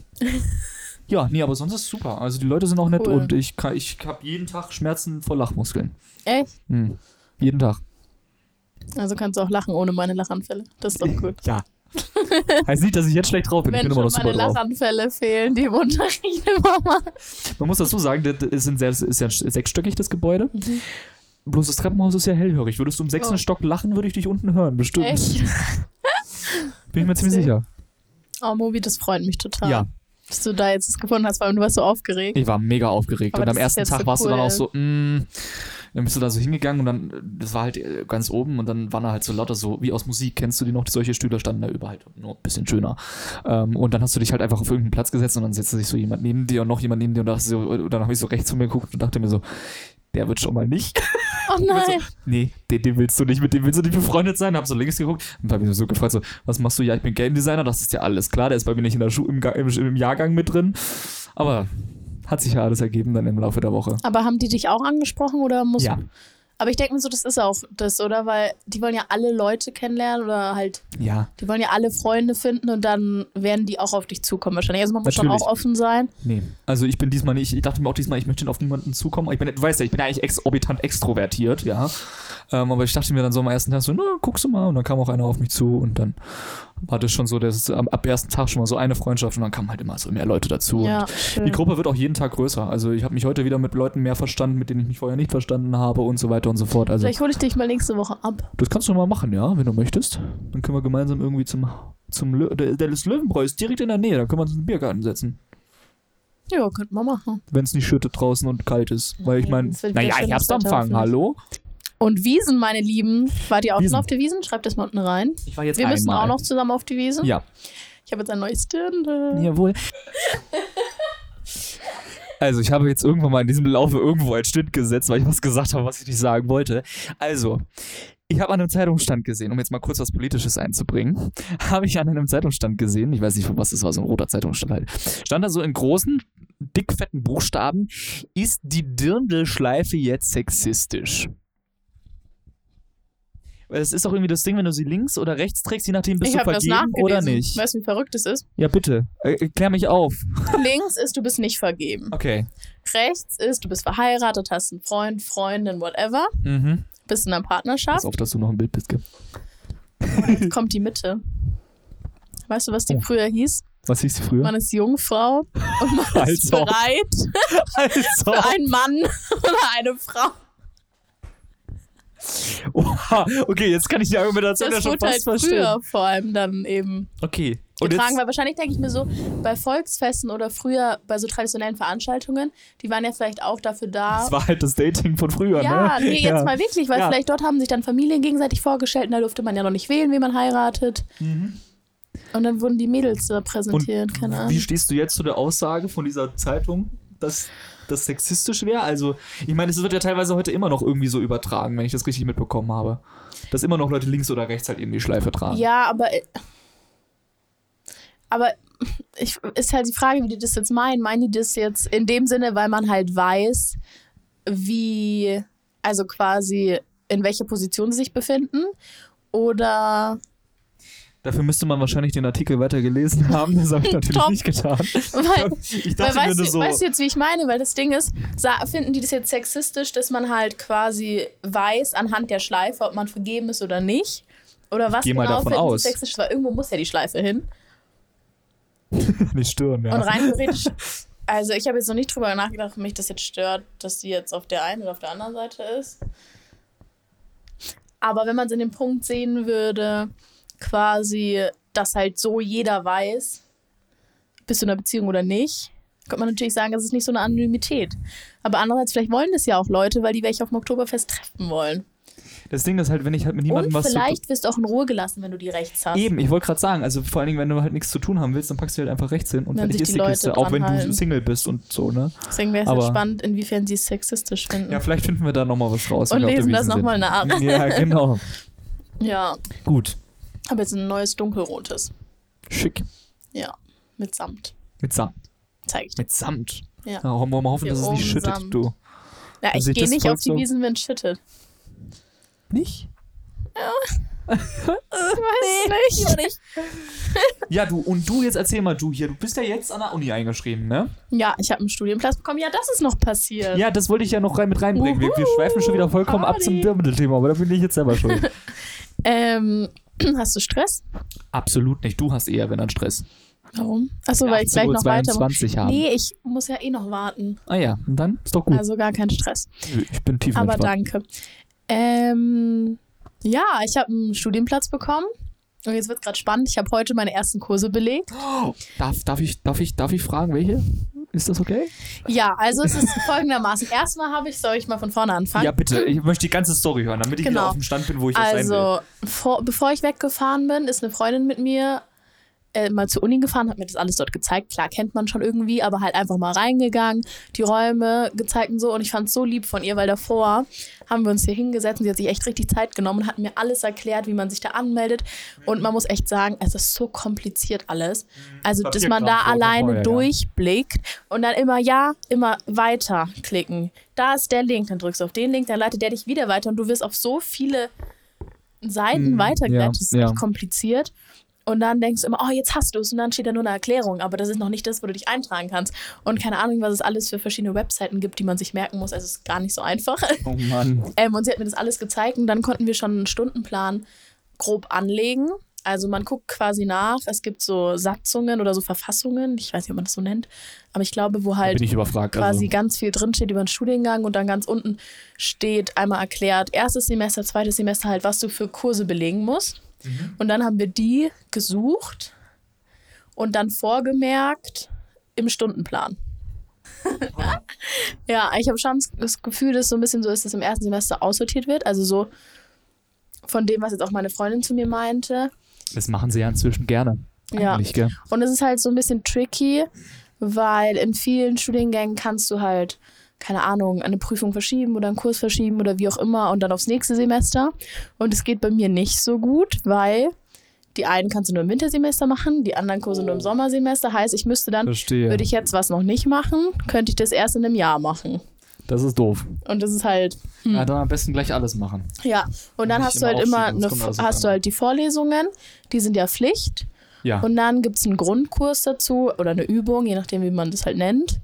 ja, nee, aber sonst ist super. Also die Leute sind auch nett Cool. und ich, kann- ich habe jeden Tag Schmerzen vor Lachmuskeln. Echt? Hm. Jeden Tag. Also kannst du auch lachen ohne meine Lachanfälle. Das ist doch gut. Ja. heißt nicht, dass ich jetzt schlecht drauf bin. ich Wenn bin immer noch schon super meine drauf. Lachanfälle fehlen, die im Unterricht immer machen. Man muss dazu sagen, das ist, ein sehr, das ist ja sechsstöckig, das Gebäude. Bloß das Treppenhaus ist ja hellhörig. Würdest du im sechsten Oh. Stock lachen, würde ich dich unten hören, bestimmt. Echt? Bin ich mir ziemlich sicher. Oh, Mobi, das freut mich total. Ja, Dass du da jetzt das gefunden hast, vor allem du warst so aufgeregt. ich war mega aufgeregt. Aber und am das ist ersten jetzt Tag so warst du dann cool. auch so, mm, dann bist du da so hingegangen und dann, äh, das war halt äh, ganz oben und dann waren da halt so lauter so, wie aus Musik, kennst du die noch, solche Stühle standen da überall, nur ein bisschen schöner. Ähm, und dann hast du dich halt einfach auf irgendeinen Platz gesetzt und dann setzte sich so jemand neben dir und noch jemand neben dir und, dachte so, und dann habe ich so rechts zu mir geguckt und dachte mir so, der wird schon mal nicht. Oh nein. nee, den, den willst du nicht, mit dem willst du nicht befreundet sein. Hab so links geguckt und hab mich so gefragt, so, was machst du? Ja, ich bin Game Designer, das ist ja alles klar, der ist bei mir nicht in der Schu im, Ga- im, im Jahrgang mit drin. Aber hat sich ja alles ergeben dann im Laufe der Woche. Aber haben die dich auch angesprochen oder musst Ja, Aber ich denke mir so, das ist auch das, oder? Weil die wollen ja alle Leute kennenlernen oder halt, ja, die wollen ja alle Freunde finden und dann werden die auch auf dich zukommen wahrscheinlich. Also man muss Natürlich. schon auch offen sein. nee. Also ich bin diesmal nicht, ich dachte mir auch diesmal, ich möchte auf niemanden zukommen. Ich bin, du weißt ja, ich bin ja eigentlich exorbitant extrovertiert, ja. Ähm, aber ich dachte mir dann so am ersten Tag so, na, guckst du mal. Und dann kam auch einer auf mich zu und dann war das schon so, dass es am, ab ersten Tag schon mal so eine Freundschaft und dann kamen halt immer so mehr Leute dazu. und Ja, Die schön. Gruppe wird auch jeden Tag größer. Also ich habe mich heute wieder mit Leuten mehr verstanden, mit denen ich mich vorher nicht verstanden habe und so weiter und so fort. Also Vielleicht hole ich dich mal nächste Woche ab. das kannst du mal machen, ja, wenn du möchtest. Dann können wir gemeinsam irgendwie zum zum Lö der, der das Löwenbräu ist direkt in der Nähe. Da können wir uns in den Biergarten setzen, Ja, könnten wir machen. wenn es nicht schüttet draußen und kalt ist. Weil ich meine, es wird wieder naja, schönes Herbstanfang, Wetter, hallo. Und Wiesen, meine Lieben. Wart ihr auch Wiesen. schon auf der Wiesen? Schreibt das mal unten rein. Ich war jetzt Wir einmal. müssen auch noch zusammen auf die Wiesen. Ja, Ich habe jetzt ein neues Dirndl. jawohl. Also ich habe jetzt irgendwann mal in diesem Laufe irgendwo ein Schnitt gesetzt, weil ich was gesagt habe, was ich nicht sagen wollte. Also, ich habe an einem Zeitungsstand gesehen, um jetzt mal kurz was Politisches einzubringen, habe ich an einem Zeitungsstand gesehen, ich weiß nicht, von was das war, so ein roter Zeitungsstand halt, stand da so in großen, dickfetten Buchstaben, ist die Dirndlschleife jetzt sexistisch? Weil es ist doch irgendwie das Ding, wenn du sie links oder rechts trägst, je nachdem bist ich du habe das vergeben nachgelesen. oder nicht. Weißt du, wie verrückt es ist? Ja, bitte. Äh, klär mich auf. Links ist, du bist nicht vergeben. Okay. Rechts ist, du bist verheiratet, hast einen Freund, Freundin, whatever. Mhm. Bist in einer Partnerschaft. Pass auf, dass du noch ein Bild bist. Gell? Jetzt kommt die Mitte. Weißt du, was die Oh. früher hieß? Was hieß die früher? Man ist Jungfrau und man ist Mhm. Also. bereit also. für einen Mann oder eine Frau. Oha. Okay, jetzt kann ich die Argumentation ja Das schon wurde halt fast früher verstehen. vor allem dann eben Okay. Und getragen. jetzt, Weil wahrscheinlich denke ich mir so, bei Volksfesten oder früher bei so traditionellen Veranstaltungen, die waren ja vielleicht auch dafür da. das war halt das Dating von früher, Ja, ne? nee, jetzt mal wirklich, weil Ja. vielleicht dort haben sich dann Familien gegenseitig vorgestellt und da durfte man ja noch nicht wählen, wen man heiratet. Und dann wurden die Mädels da präsentiert, keine Ahnung. Mhm. Wie stehst du jetzt zu der Aussage von dieser Zeitung, dass das sexistisch wäre? Also, ich meine, es wird ja teilweise heute immer noch irgendwie so übertragen, wenn ich das richtig mitbekommen habe. Dass immer noch Leute links oder rechts halt eben die Schleife tragen. Ja, aber. äh, Aber ich, ist halt die Frage, wie die das jetzt meinen. Meinen die das jetzt in dem Sinne, weil man halt weiß, wie. Also quasi, in welcher Position sie sich befinden? Oder. Dafür müsste man wahrscheinlich den Artikel weiter gelesen haben. Das habe ich natürlich Top. nicht getan. Weil, Ich weil dachte mir weißt, nur du, so. weißt du jetzt, wie ich meine? Weil das Ding ist, sa- finden die das jetzt sexistisch, dass man halt quasi weiß anhand der Schleife, ob man vergeben ist oder nicht? Oder was Geh mal genau davon finden sie aus. sexistisch? Weil irgendwo muss ja die Schleife hin. Nicht stören, ja. Und rein theoretisch, also ich habe jetzt noch nicht drüber nachgedacht, ob mich das jetzt stört, dass sie jetzt auf der einen oder auf der anderen Seite ist. Aber wenn man es in dem Punkt sehen würde, quasi, dass halt so jeder weiß, bist du in einer Beziehung oder nicht, könnte man natürlich sagen, das ist nicht so eine Anonymität. Aber andererseits, vielleicht wollen das ja auch Leute, weil die welche auf dem Oktoberfest treffen wollen. Das Ding ist halt, wenn ich halt mit niemandem Und was zu vielleicht wirst du auch in Ruhe gelassen, wenn du die rechts hast. Eben, ich wollte gerade sagen, also vor allen Dingen, wenn du halt nichts zu tun haben willst, dann packst du halt einfach rechts hin und Wenn fertig sich ist die die Leute Kiste, auch wenn du dranhalten. Single bist und so, ne? Deswegen wäre es Aber- jetzt spannend, inwiefern sie es sexistisch finden. Ja, vielleicht finden wir da nochmal was raus. Und wenn wir auf der lesen das Wiesn sind. nochmal nach. Ja, genau. Ja, Gut, habe jetzt ein neues dunkelrotes. schick. Ja, mit Samt. Mit Samt. Zeige ich dir. Mit Samt. Ja. Ja, wollen wir mal hoffen, Hier dass es nicht oben schüttet, Samt. du. Ja, ich sieht gehe das nicht Volk auf die so- Wiesen, wenn es schüttet. Nicht? Weiß nicht. Ja, du, und du jetzt erzähl mal, du hier, du bist ja jetzt an der Uni eingeschrieben, ne? Ja, ich habe einen Studienplatz bekommen. Ja, das ist noch passiert. Ja, das wollte ich ja noch rein mit reinbringen. Wir, wir Uhu, schweifen schon wieder vollkommen ab zum Party. Dirndl-Thema, aber da bin ich jetzt selber schuld. Ähm, hast du Stress? Absolut nicht. Du hast eher, wenn dann Stress. Warum? Achso, Ja, weil ich gleich noch weiter 18:22 haben. Nee, ich muss ja eh noch warten. Ah ja, und dann ist doch gut. Also gar kein Stress. ich bin tief Aber entspannt. danke. Ähm, ja, ich habe einen Studienplatz bekommen. Und jetzt wird es gerade spannend. Ich habe heute meine ersten Kurse belegt. Oh, Darf, darf, ich, darf, ich, darf ich fragen, welche? Ist das okay? Ja, also es ist folgendermaßen. Erstmal habe ich, soll ich mal von vorne anfangen? Ja, bitte. Ich möchte die ganze Story hören, damit ich Genau. wieder auf dem Stand bin, wo ich jetzt sein will. Also, vor, bevor ich weggefahren bin, ist eine Freundin mit mir äh, mal zur Uni gefahren, hat mir das alles dort gezeigt. Klar, kennt man schon irgendwie, aber halt einfach mal reingegangen, die Räume gezeigt und so. Und ich fand es so lieb von ihr, weil davor haben wir uns hier hingesetzt und sie hat sich echt richtig Zeit genommen und hat mir alles erklärt, wie man sich da anmeldet. Und man muss echt sagen, es ist so kompliziert alles. Also, dass man da Papierkram, alleine vorher, ja. durchblickt und dann immer ja, immer weiter klicken. Da ist der Link, dann drückst du auf den Link, dann leitet der dich wieder weiter und du wirst auf so viele Seiten Mm, weitergeleitet. ja, das ist ja. echt kompliziert. Und dann denkst du immer, oh, jetzt hast du es. Und dann steht da nur eine Erklärung. Aber das ist noch nicht das, wo du dich eintragen kannst. Und keine Ahnung, was es alles für verschiedene Webseiten gibt, die man sich merken muss. Also es ist gar nicht so einfach. Oh Mann. Ähm, und sie hat mir das alles gezeigt. Und dann konnten wir schon einen Stundenplan grob anlegen. Also man guckt quasi nach. Es gibt so Satzungen oder so Verfassungen. Ich weiß nicht, ob man das so nennt. Aber ich glaube, wo halt Bin ich überfragt. Also, quasi ganz viel drinsteht über den Studiengang und dann ganz unten steht einmal erklärt, erstes Semester, zweites Semester halt, was du für Kurse belegen musst. Und dann haben wir die gesucht und dann vorgemerkt im Stundenplan. ja, ich habe schon das Gefühl, dass so ein bisschen so ist, dass im ersten Semester aussortiert wird. Also so von dem, was jetzt auch meine Freundin zu mir meinte. Also, das machen sie ja inzwischen gerne. Ja. Eigentlich, gell? Und es ist halt so ein bisschen tricky, weil in vielen Studiengängen kannst du halt, keine Ahnung, eine Prüfung verschieben oder einen Kurs verschieben oder wie auch immer und dann aufs nächste Semester. Und es geht bei mir nicht so gut, weil die einen kannst du nur im Wintersemester machen, die anderen Kurse nur im Sommersemester. Heißt, ich müsste dann, Verstehe. würde ich jetzt was noch nicht machen, könnte ich das erst in einem Jahr machen. Das ist doof. Und das ist halt, Ja, dann am besten gleich alles machen. ja. Und dann Nicht hast du immer halt immer, aufschieben, eine, sonst kommt also alles auf hast du einmal. halt die Vorlesungen, die sind ja Pflicht. Ja. Und dann gibt es einen Grundkurs dazu oder eine Übung, je nachdem, wie man das halt nennt.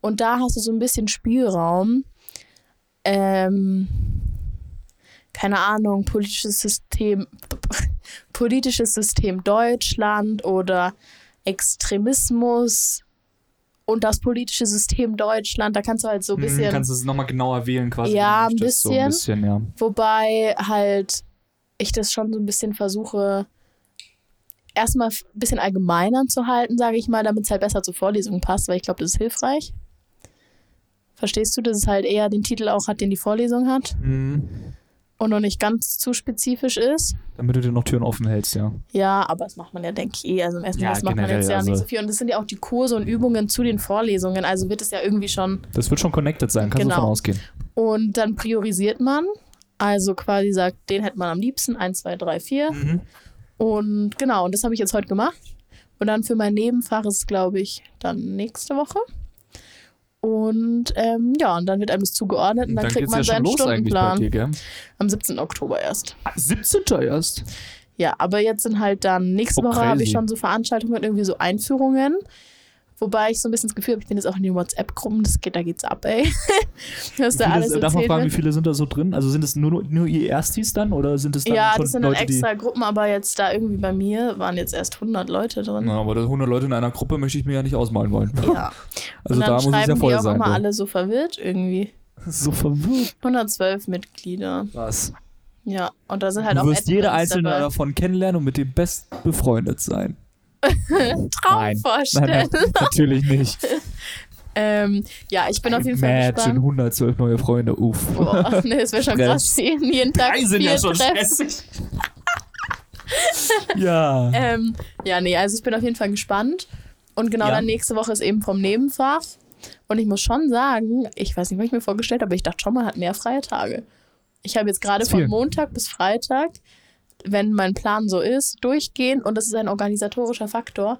Und da hast du so ein bisschen Spielraum. Ähm, keine Ahnung, politisches System, politisches System Deutschland oder Extremismus und das politische System Deutschland. Da kannst du halt so ein bisschen. Hm, kannst du es nochmal genauer wählen quasi. Ja, wenn du ein möchtest, So ein bisschen, ja. Wobei halt ich das schon so ein bisschen versuche, erstmal f- ein bisschen allgemeiner zu halten, sage ich mal, damit es halt besser zur Vorlesung passt, weil ich glaube, das ist hilfreich. Verstehst du, dass es halt eher den Titel auch hat, den die Vorlesung hat Hm. und noch nicht ganz zu spezifisch ist? Damit du dir noch Türen offen hältst, ja. Ja, aber das macht man ja, denke ich, eh. Also im ersten Ja, Semester macht man generell, jetzt ja also- nicht so viel. Und das sind ja auch die Kurse und Übungen zu den Vorlesungen. Also wird es ja irgendwie schon Das wird schon connected sein, kannst du Genau. davon ausgehen. Und dann priorisiert man. Also quasi sagt, den hätte man am liebsten, 1, 2, 3, 4. Mhm. Und genau, und das habe ich jetzt heute gemacht. Und dann für mein Nebenfach ist es, glaube ich, dann nächste Woche. Und ähm, ja, und dann wird einem das zugeordnet und dann, kriegt geht's man seinen eigentlich bei Stundenplan dir, gell? am 17. Oktober erst. 17. erst. Ja, aber jetzt sind halt dann, nächste Oh, Woche habe ich crazy. schon so Veranstaltungen, irgendwie so Einführungen, Wobei ich so ein bisschen das Gefühl habe, ich bin jetzt auch in den WhatsApp-Gruppen, das geht, da geht's ab, ey. Dass da Wie viele- alles darf man erzählt fragen, wie wird. viele sind da so drin? Also sind es nur, nur ihr Erstis dann oder sind es dann Ja, schon das sind dann Leute, extra Gruppen, aber jetzt da irgendwie bei mir waren jetzt erst 100 Leute die... drin. Na, aber 100 Leute in einer Gruppe möchte ich mir ja nicht ausmalen wollen. Ja. Also Und dann da muss schreiben es ja die voll auch sein. ne? immer ja. alle so verwirrt irgendwie. So verwirrt. 112 Mitglieder. Krass. Ja, und da sind halt Du auch wirst jede Admins einzelne dabei. davon kennenlernen und mit dem best befreundet sein. Nein. Traum vorstellen. Nein, nein, natürlich nicht. Ähm, ja, ich bin auf jeden Fall Imagine, gespannt. 112 neue Freunde, uff. Boah, nee, das wäre schon Stress. krass. Jeden, jeden Tag Drei sind vier ja schon Treffen. stressig. ja. Ähm, ja, nee, also ich bin auf jeden Fall gespannt. Und genau Ja. dann nächste Woche ist eben vom Nebenfach. Und ich muss schon sagen, ich weiß nicht, was ich mir vorgestellt habe, aber ich dachte schon, man hat mehr freie Tage. Ich habe jetzt gerade Ist viel. von Montag bis Freitag, wenn mein Plan so ist, durchgehen und das ist ein organisatorischer Faktor.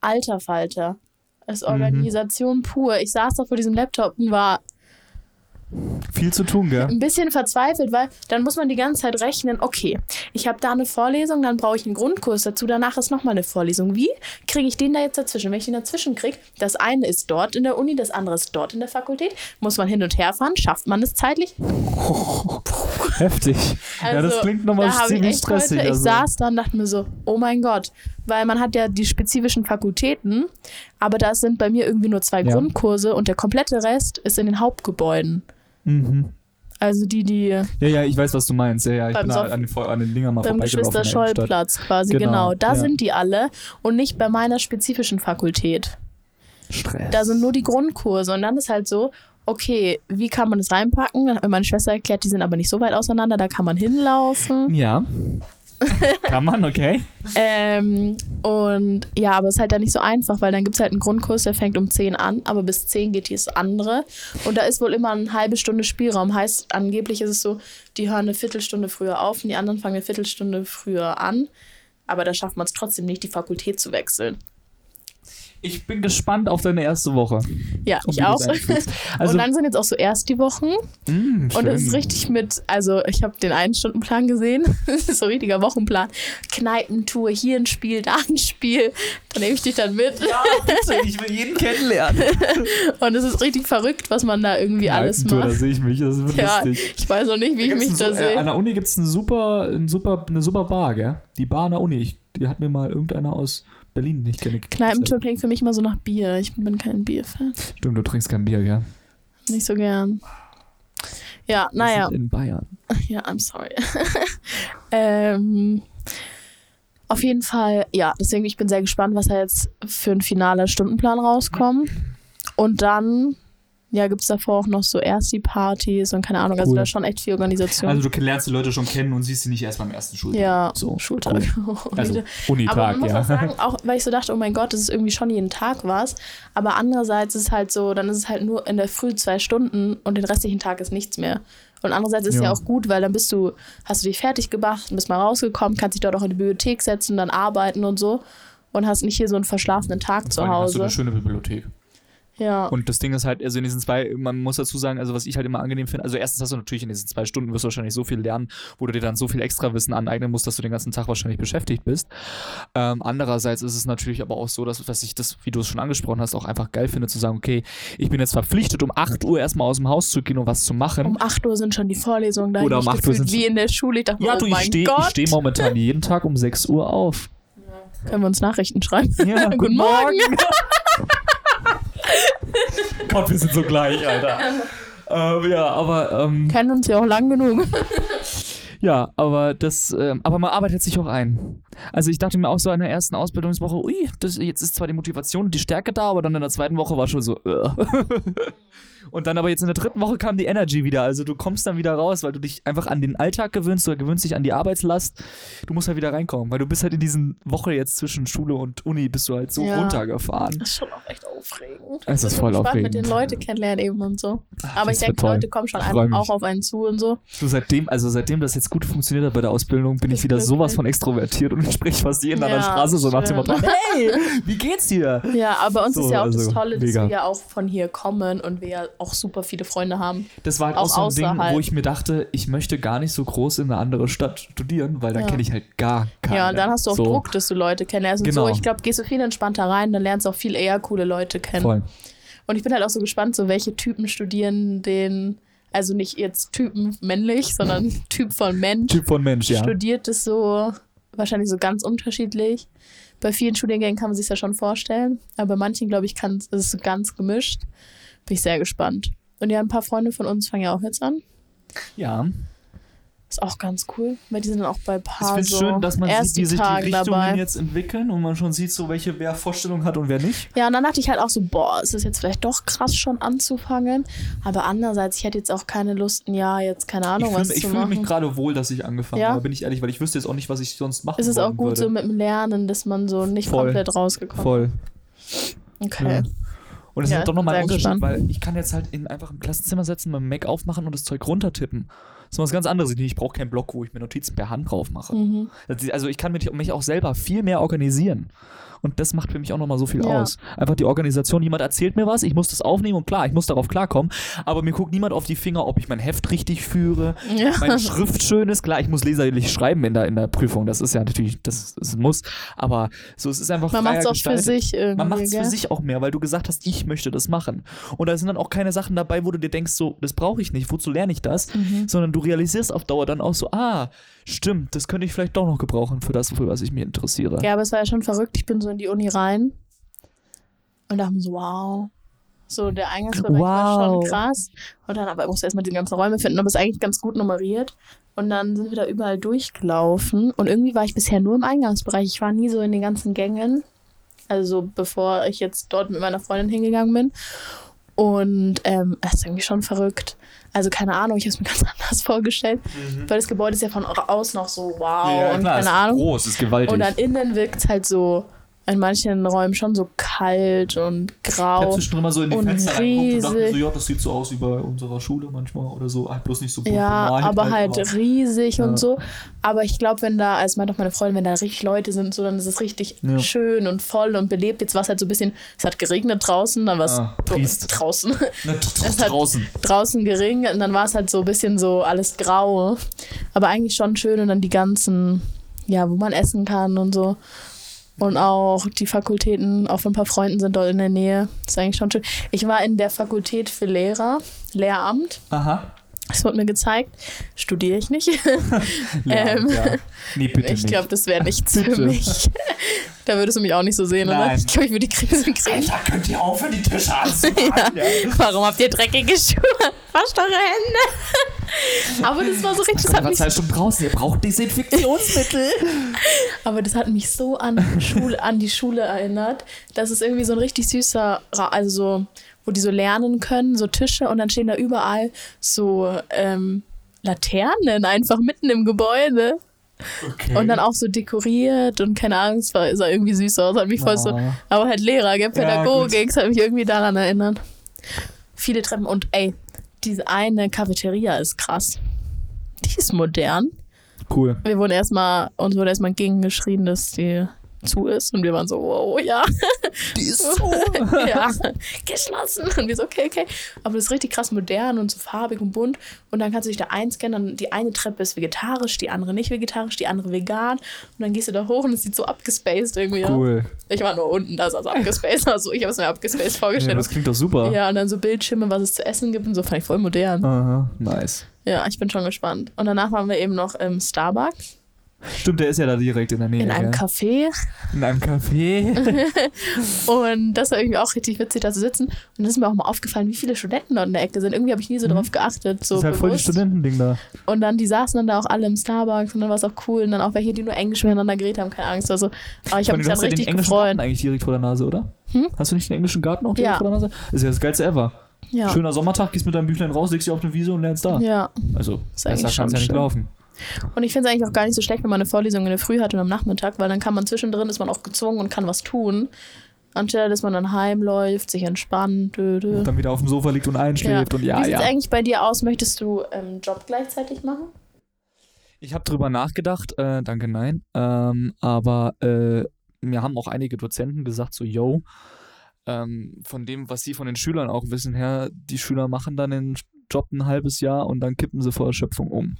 Alter Falter. Es ist Mhm. Organisation pur. Ich saß da vor diesem Laptop und war Viel zu tun, gell? ein bisschen verzweifelt, weil dann muss man die ganze Zeit rechnen, okay, ich habe da eine Vorlesung, dann brauche ich einen Grundkurs dazu, danach ist nochmal eine Vorlesung. Wie kriege ich den da jetzt dazwischen? Wenn ich den dazwischen kriege, das eine ist dort in der Uni, das andere ist dort in der Fakultät, muss man hin und her fahren, schafft man es zeitlich? Heftig. ja, das Also, klingt nochmal da habe ich ziemlich echt stressig. Heute, ich also. saß da und dachte mir so, oh mein Gott, weil man hat ja die spezifischen Fakultäten, aber da sind bei mir irgendwie nur zwei Ja. Grundkurse und der komplette Rest ist in den Hauptgebäuden. mhm. Also die, die Ja, ja, ich weiß, was du meinst. Ja, ja, ich Beim bin Sof- an, den, Vor- an den Dinger mal Beim vorbeigelaufen. in der Innenstadt. Geschwister-Scholl-Platz quasi, genau. Genau, Da ja. sind die alle und nicht bei meiner spezifischen Fakultät. Stress. Da sind nur die Grundkurse und dann ist halt so, okay, wie kann man das reinpacken? Dann hat mir meine Schwester erklärt, die sind aber nicht so weit auseinander, da kann man hinlaufen. Ja. Kann man, okay. Ähm, und ja, aber es ist halt dann nicht so einfach, weil dann gibt es halt einen Grundkurs, der fängt um 10 an, aber bis 10 geht dieses andere. Und da ist wohl immer eine halbe Stunde Spielraum. Heißt, angeblich ist es so, die hören eine Viertelstunde früher auf und die anderen fangen eine Viertelstunde früher an. Aber da schafft man es trotzdem nicht, die Fakultät zu wechseln. Ich bin gespannt auf deine erste Woche. Ja, ob ich du das auch. einfühlst. Also, und dann sind jetzt auch so erst die Wochen. mh, Und es Hm, schön. ist richtig mit, also ich habe den Ein-Stunden-Plan gesehen, das ist so ein richtiger Wochenplan. Kneipentour, hier ein Spiel, da ein Spiel. Dann nehme ich dich dann mit. Ja, bitte, ich will jeden kennenlernen. Und es ist richtig verrückt, was man da irgendwie alles Altentour, Da macht. sehe ich mich, das wird Ja, lustig. ich weiß noch nicht, wie ich gibt's mich ein da Su- äh, An sehe. der Uni gibt es ein super, ein super, eine super Bar, gell? Die Bar an der Uni. Ich, die hat mir mal irgendeiner aus Berlin nicht kenne. Kneipentour klingt für mich immer so nach Bier. Ich bin kein Bierfan. Stimmt, du trinkst kein Bier, gell? Nicht so gern. Ja, Wir naja. sind In Bayern. Ja, I'm sorry. ähm, auf jeden Fall, ja, deswegen, ich bin sehr gespannt, was da jetzt für ein finaler Stundenplan rauskommt. Und dann, ja, gibt es davor auch noch so erst die Partys und keine Ahnung, also Cool. da ist schon echt viel Organisation. Also du lernst die Leute schon kennen und siehst sie nicht erst beim ersten Schultag. ja, So, Schultag. Also Aber Unitag, man muss auch ja. sagen, auch weil ich so dachte, oh mein Gott, das ist irgendwie schon jeden Tag was. Aber andererseits ist halt so, dann ist es halt nur in der Früh zwei Stunden und den restlichen Tag ist nichts mehr. Und andererseits ist ja, Ja. auch gut, weil dann bist du, hast du dich fertig gemacht, bist mal rausgekommen, kannst dich dort auch in die Bibliothek setzen, dann arbeiten und so. Und hast nicht hier so einen verschlafenen Tag zu Vor allem Hast du Hause. eine schöne Bibliothek. Ja. Und das Ding ist halt, also in diesen zwei, man muss dazu sagen, also was ich halt immer angenehm finde, also erstens hast du natürlich in diesen zwei Stunden wirst du wahrscheinlich so viel lernen, wo du dir dann so viel Extrawissen aneignen musst, dass du den ganzen Tag wahrscheinlich beschäftigt bist. Ähm, andererseits ist es natürlich aber auch so, dass, dass ich das, wie du es schon angesprochen hast, auch einfach geil finde, zu sagen, okay, ich bin jetzt verpflichtet, um 8 Uhr erstmal aus dem Haus zu gehen und was zu machen. Um 8 Uhr sind schon die Vorlesungen da. Oder hab ich um 8 Uhr gefühlt sind Wie in der Schule. Ich dachte, ja, oh du, ich mein stehe Gott. steh momentan jeden Tag um 6 Uhr auf. Können wir uns Nachrichten schreiben? Ja, Guten Morgen. Gott, wir sind so gleich, Alter. ähm, ja, aber ähm, Kennen uns ja auch lang genug. Ja, aber das, ähm, aber man arbeitet sich auch ein. Also ich dachte mir auch so in der ersten Ausbildungswoche, ui, das, jetzt ist zwar die Motivation und die Stärke da, aber dann in der zweiten Woche war schon so. Äh. und dann aber jetzt in der dritten Woche kam die Energy wieder. Also du kommst dann wieder raus, weil du dich einfach an den Alltag gewöhnst oder gewöhnst dich an die Arbeitslast. Du musst halt wieder reinkommen, weil du bist halt in diesen Woche jetzt zwischen Schule und Uni bist du halt so Ja. runtergefahren. Das ist schon auch echt aufregend. Es ist Ich bin voll gespannt, aufregend. mit den Leute kennenlernen eben und so. Aber das wird ich denke, toll. Leute kommen schon Ich freu einfach mich. auch auf einen zu und so. Du, seitdem, also seitdem das jetzt gut funktioniert hat bei der Ausbildung, bin ich Ist wieder wirklich. sowas von extrovertiert und spreche fast jeden an der Ja, Straße so nach dem stimmt. Motto, hey, wie geht's dir? Ja, aber uns So, ist ja auch das also, Tolle, dass mega. wir ja auch von hier kommen und wir ja auch super viele Freunde haben. Das war halt auch, Auch so ein Ding, außerhalb. wo ich mir dachte, ich möchte gar nicht so groß in eine andere Stadt studieren, weil dann Ja. kenne ich halt gar keinen. Ja, und dann hast du auch so, Druck, dass du Leute kennenlernst und Genau. so. Ich glaube, gehst du viel entspannter rein, dann lernst du auch viel eher coole Leute kennen. Voll. Und ich bin halt auch so gespannt, so welche Typen studieren den, also nicht jetzt Typen männlich, sondern Typ von Mensch. Typ von Mensch, ja. Studiert es so wahrscheinlich so ganz unterschiedlich. Bei vielen Studiengängen kann man sich ja schon vorstellen, aber bei manchen, glaube ich, kann, ist es so ganz gemischt. Bin ich sehr gespannt. Und ja, ein paar Freunde von uns fangen ja auch jetzt an. Ja. Ist auch ganz cool, weil die sind dann auch bei ein Ich paar finde es so schön, dass man sieht, ersten wie sich die Tagen Richtungen Also, dabei. jetzt entwickeln und man schon sieht, so welche wer Vorstellung hat und wer nicht. Ja, und dann dachte ich halt auch so, boah, ist es jetzt vielleicht doch krass schon anzufangen. Aber andererseits, ich hätte jetzt auch keine Lust, ein Jahr jetzt keine Ahnung was ich fühle ich zu fühl machen. mich gerade wohl, dass ich angefangen Ja? habe, bin ich ehrlich, weil ich wüsste jetzt auch nicht, was ich sonst machen es ist auch wollen gut würde. so mit dem Lernen, dass man so nicht Voll. komplett rausgekommen Voll. Okay. Mhm. Und es Ja, ist doch nochmal ein sehr Unterschied, gespannt. weil ich kann jetzt halt in, einfach im Klassenzimmer sitzen, meinen Mac aufmachen und das Zeug runtertippen. Das ist was ganz anderes. Ich brauche keinen Block, wo ich mir Notizen per Hand drauf mache. Mhm. Das ist- Also ich kann mich, mich auch selber viel mehr organisieren. Und das macht für mich auch nochmal so viel Ja. aus. Einfach die Organisation, jemand erzählt mir was, ich muss das aufnehmen und klar, ich muss darauf klarkommen. Aber mir guckt niemand auf die Finger, ob ich mein Heft richtig führe, Ja. meine Schrift schön ist. Klar, ich muss leserlich schreiben in der, in der Prüfung. Das ist ja natürlich, das, das muss. Aber so, es ist einfach Man macht es freier auch für gestaltet. sich irgendwie. Man macht es für gell? sich auch mehr, weil du gesagt hast, ich möchte das machen. Und da sind dann auch keine Sachen dabei, wo du dir denkst, so, das brauche ich nicht, wozu lerne ich das? Mhm. Sondern du realisierst auf Dauer dann auch so, ah, stimmt, das könnte ich vielleicht doch noch gebrauchen für das, für was ich mich interessiere. Ja, aber es war ja schon verrückt. Ich bin so in die Uni rein und dachte mir so, wow. So, der Eingangsbereich war Wow. schon krass. Und dann aber musst du erstmal die ganzen Räume finden, aber es ist eigentlich ganz gut nummeriert. Und dann sind wir da überall durchgelaufen. Und irgendwie war ich bisher nur im Eingangsbereich. Ich war nie so in den ganzen Gängen. Also so bevor ich jetzt dort mit meiner Freundin hingegangen bin. Und ähm, das ist irgendwie schon verrückt. Also keine Ahnung, ich habe es mir ganz anders vorgestellt. Weil das Gebäude ist ja von außen noch so wow und keine Ahnung. groß, ist gewaltig. Und dann innen wirkt es halt so in manchen Räumen schon so kalt und ich habe grau. zwischendrin mal so in die und Fenster reingeguckt und dachte mir so, riesig. ja, das sieht so aus wie bei unserer Schule manchmal oder so, halt bloß nicht so bunt Ja, bemalt aber halt aber- riesig Ja. und so. Aber ich glaube, wenn da, als meint auch meine Freundin, wenn da richtig Leute sind, so, dann ist es richtig Ja. schön und voll und belebt. Jetzt war es halt so ein bisschen, es hat geregnet draußen, dann war es Ah, triest. draußen. Na, dr- Es hat- draußen. draußen geregnet und dann war es halt so ein bisschen so alles grau. Aber eigentlich schon schön und dann die ganzen, ja, wo man essen kann und so. Und auch die Fakultäten, auch von ein paar Freunden sind dort in der Nähe. Ist eigentlich schon schön. Ich war in der Fakultät für Lehrer, Lehramt. Aha. Das wurde mir gezeigt. Studiere ich nicht. Ähm, ja. Nee, bitte ich nicht. glaube, das wäre nichts für Bitte. mich. Da würdest du mich auch nicht so sehen, oder? Nein. Ich glaube, ich würde die Krise kriegen. Alter, könnt ihr aufhören, die Tische anzupacken? ja. Warum habt ihr dreckige Schuhe? Wasch eure Hände. Aber das war so richtig, das Gott, hat war mich zwei Stunden draußen, ihr braucht Desinfektionsmittel. Aber das hat mich so an, Schule, an die Schule erinnert. Das ist irgendwie so ein richtig süßer, Ra- also so, wo die so lernen können, so Tische und dann stehen da überall so ähm, Laternen einfach mitten im Gebäude okay. und dann auch so dekoriert und keine Ahnung, es war, es sah irgendwie süß aus, hat mich voll so, Ja. aber halt Lehrer, gell, Pädagogik, es hat mich irgendwie daran erinnert. Viele Treppen und ey, diese eine Cafeteria ist krass. Die ist modern. Cool. Wir wurden erstmal, uns wurde erstmal entgegengeschrien, dass die zu ist und wir waren so, wow, ja, Die ist so. ja, geschlossen. Und wir so, okay, okay. Aber das ist richtig krass modern und so farbig und bunt. Und dann kannst du dich da einscannen, dann die eine Treppe ist vegetarisch, die andere nicht vegetarisch, die andere vegan. Und dann gehst du da hoch und es sieht so abgespaced irgendwie aus. Cool. Ich war nur unten, da sah es abgespaced aus. Also ich habe es mir abgespaced Ja, vorgestellt. das klingt doch super. Ja, und dann so Bildschirme, was es zu essen gibt und so, fand ich voll modern. Aha, nice. Ja, ich bin schon gespannt. Und danach waren wir eben noch im Starbucks, Stimmt, der ist ja da direkt in der Nähe. in einem gell? Café. in einem Café. Und das war irgendwie auch richtig witzig, da zu sitzen. Und dann ist mir auch mal aufgefallen, wie viele Studenten dort in der Ecke sind. Irgendwie habe ich nie so drauf geachtet. das Mhm. So ist halt voll das bewusst. Studentending da. Und dann, die saßen dann da auch alle im Starbucks und dann war es auch cool. Und dann auch welche, die nur Englisch miteinander geredet haben, keine Angst. Also, aber ich habe mich du dann hast ja den richtig englischen gefreut. Garten eigentlich direkt vor der Nase, oder? Hm? Hast du nicht den englischen Garten auch direkt Ja. vor der Nase? Das ist ja das Geilste ever. Ja. Schöner Sommertag, gehst mit deinem Büchlein raus, legst dich auf eine Wiese und lernst da. ja. Also, Ist besser eigentlich kann's ja schon nicht schön. laufen. Und ich finde es eigentlich auch gar nicht so schlecht, wenn man eine Vorlesung in der Früh hat und am Nachmittag, weil dann kann man zwischendrin, ist man auch gezwungen und kann was tun. Anstelle, dass man dann heimläuft, sich entspannt. Dö, dö. Und dann wieder auf dem Sofa liegt und einschläft und ja, Wie sieht es ja. Mhm. eigentlich bei dir aus? Möchtest du ähm, Job gleichzeitig machen? Ich habe drüber nachgedacht, äh, danke, nein. Ähm, aber äh, mir haben auch einige Dozenten gesagt, so, yo, ähm, von dem, was sie von den Schülern auch wissen her, die Schüler machen dann den Job ein halbes Jahr und dann kippen sie vor Erschöpfung um.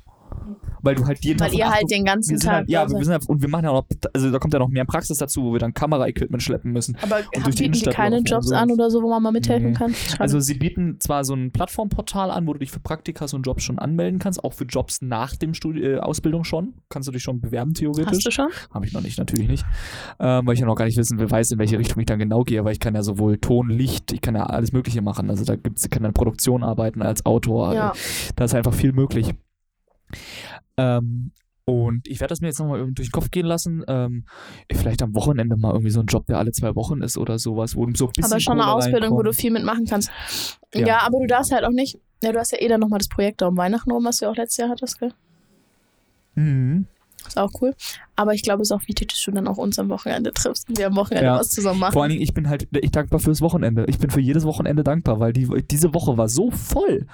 Weil du halt jeden Tag. Weil von ihr acht halt Uhr- den wir ganzen sind Tag. halt, ja, da wir seid. sind halt, und wir machen ja auch noch, also da kommt ja noch mehr Praxis dazu, wo wir dann Kameraequipment schleppen müssen. aber durch haben, die bieten die Innenstadt keine laufen und Jobs sowas. an oder so, wo man mal mithelfen Nee. kann? Schade. Also sie bieten zwar so ein Plattformportal an, wo du dich für Praktika und Jobs schon anmelden kannst, auch für Jobs nach dem Studi äh, Ausbildung schon. Kannst du dich schon bewerben, Hast theoretisch. du schon? Habe ich noch nicht, natürlich nicht. Ähm, weil ich ja noch gar nicht wissen will, weiß, in welche Richtung ich dann genau gehe, weil ich kann ja sowohl Ton, Licht, ich kann ja alles Mögliche machen. Also da gibt's, ich kann an Produktion arbeiten als Autor. Also Ja. Da ist einfach viel möglich. Ähm, und ich werde das mir jetzt nochmal durch den Kopf gehen lassen. Ähm, vielleicht am Wochenende mal irgendwie so ein Job, der alle zwei Wochen ist oder sowas, wo so ein bisschen. Aber schon eine Kohle Ausbildung, wo du reinkommt. viel mitmachen kannst. Ja, Ja. aber du darfst halt auch nicht. Ja, du hast ja eh dann nochmal das Projekt da um Weihnachten rum, was du ja auch letztes Jahr hattest, gell? Mhm. Ist auch cool. Aber ich glaube, es ist auch wichtig, dass du dann auch uns am Wochenende triffst und wir am Wochenende Ja. was zusammen machen. Vor allen Dingen, ich bin halt ich dankbar fürs Wochenende. Ich bin für jedes Wochenende dankbar, weil die, diese Woche war so voll.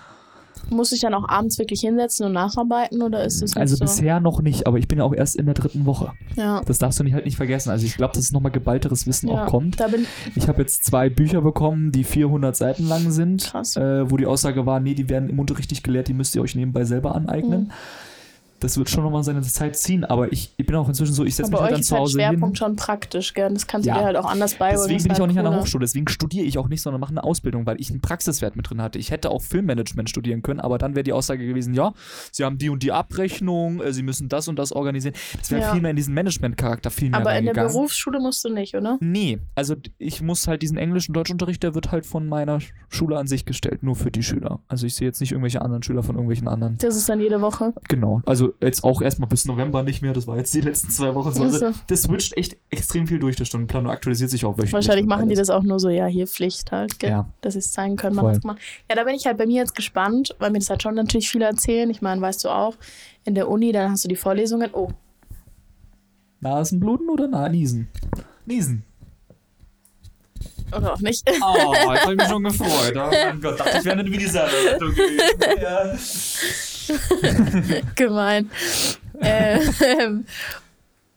Muss ich dann auch abends wirklich hinsetzen und nacharbeiten oder ist es nicht Also so? bisher noch nicht, aber ich bin ja auch erst in der dritten Woche. ja. Das darfst du nicht, halt nicht vergessen. Also ich glaube, dass nochmal geballteres Wissen ja. auch kommt. Da bin Ich habe jetzt zwei Bücher bekommen, die 400 Seiten lang sind, Krass. äh, wo die Aussage war, nee, die werden im Unterricht nicht gelehrt, die müsst ihr euch nebenbei selber aneignen. Mhm. Das wird schon nochmal seine Zeit ziehen, aber ich, ich bin auch inzwischen so, ich setze bei mich halt euch dann ist zu halt Hause hin. Schwerpunkt schon praktisch, gell? Das kannst du Ja. dir halt auch anders beibringen. Deswegen bin ich auch nicht an der cooler. Hochschule, deswegen studiere ich auch nicht, sondern mache eine Ausbildung, weil ich einen Praxiswert mit drin hatte. Ich hätte auch Filmmanagement studieren können, aber dann wäre die Aussage gewesen, ja, Sie haben die und die Abrechnung, äh, Sie müssen das und das organisieren. Das wäre Ja. viel mehr in diesen Management-Charakter viel mehr Aber in der reingegangen. Berufsschule musst du nicht, oder? Nee, also d- ich muss halt diesen englischen Deutschunterricht, der wird halt von meiner Sch- Schule an sich gestellt, nur für die Schüler. Also ich sehe jetzt nicht irgendwelche anderen Schüler von irgendwelchen anderen. Das ist dann jede Woche. Genau, also jetzt auch erstmal bis November nicht mehr, das war jetzt die letzten zwei Wochen. so. Also Ach so. das switcht echt extrem viel durch, der Stundenplan und aktualisiert sich auch wöchentlich. Wahrscheinlich und machen die alles. das auch nur so, ja, hier Pflicht halt, gell? Ja. dass sie es zeigen können, man Voll. hat's gemacht. Ja, da bin ich halt bei mir jetzt gespannt, weil mir das halt schon natürlich viele erzählen. Ich meine, weißt du auch, in der Uni, dann hast du die Vorlesungen. Oh, Nasenbluten oder na, niesen? Niesen. oder auch nicht. Oh, jetzt hab ich mich schon gefreut. Oh mein Gott, dachte ich wäre eine Minisalerrettung gewesen. Ja. Gemein. ähm,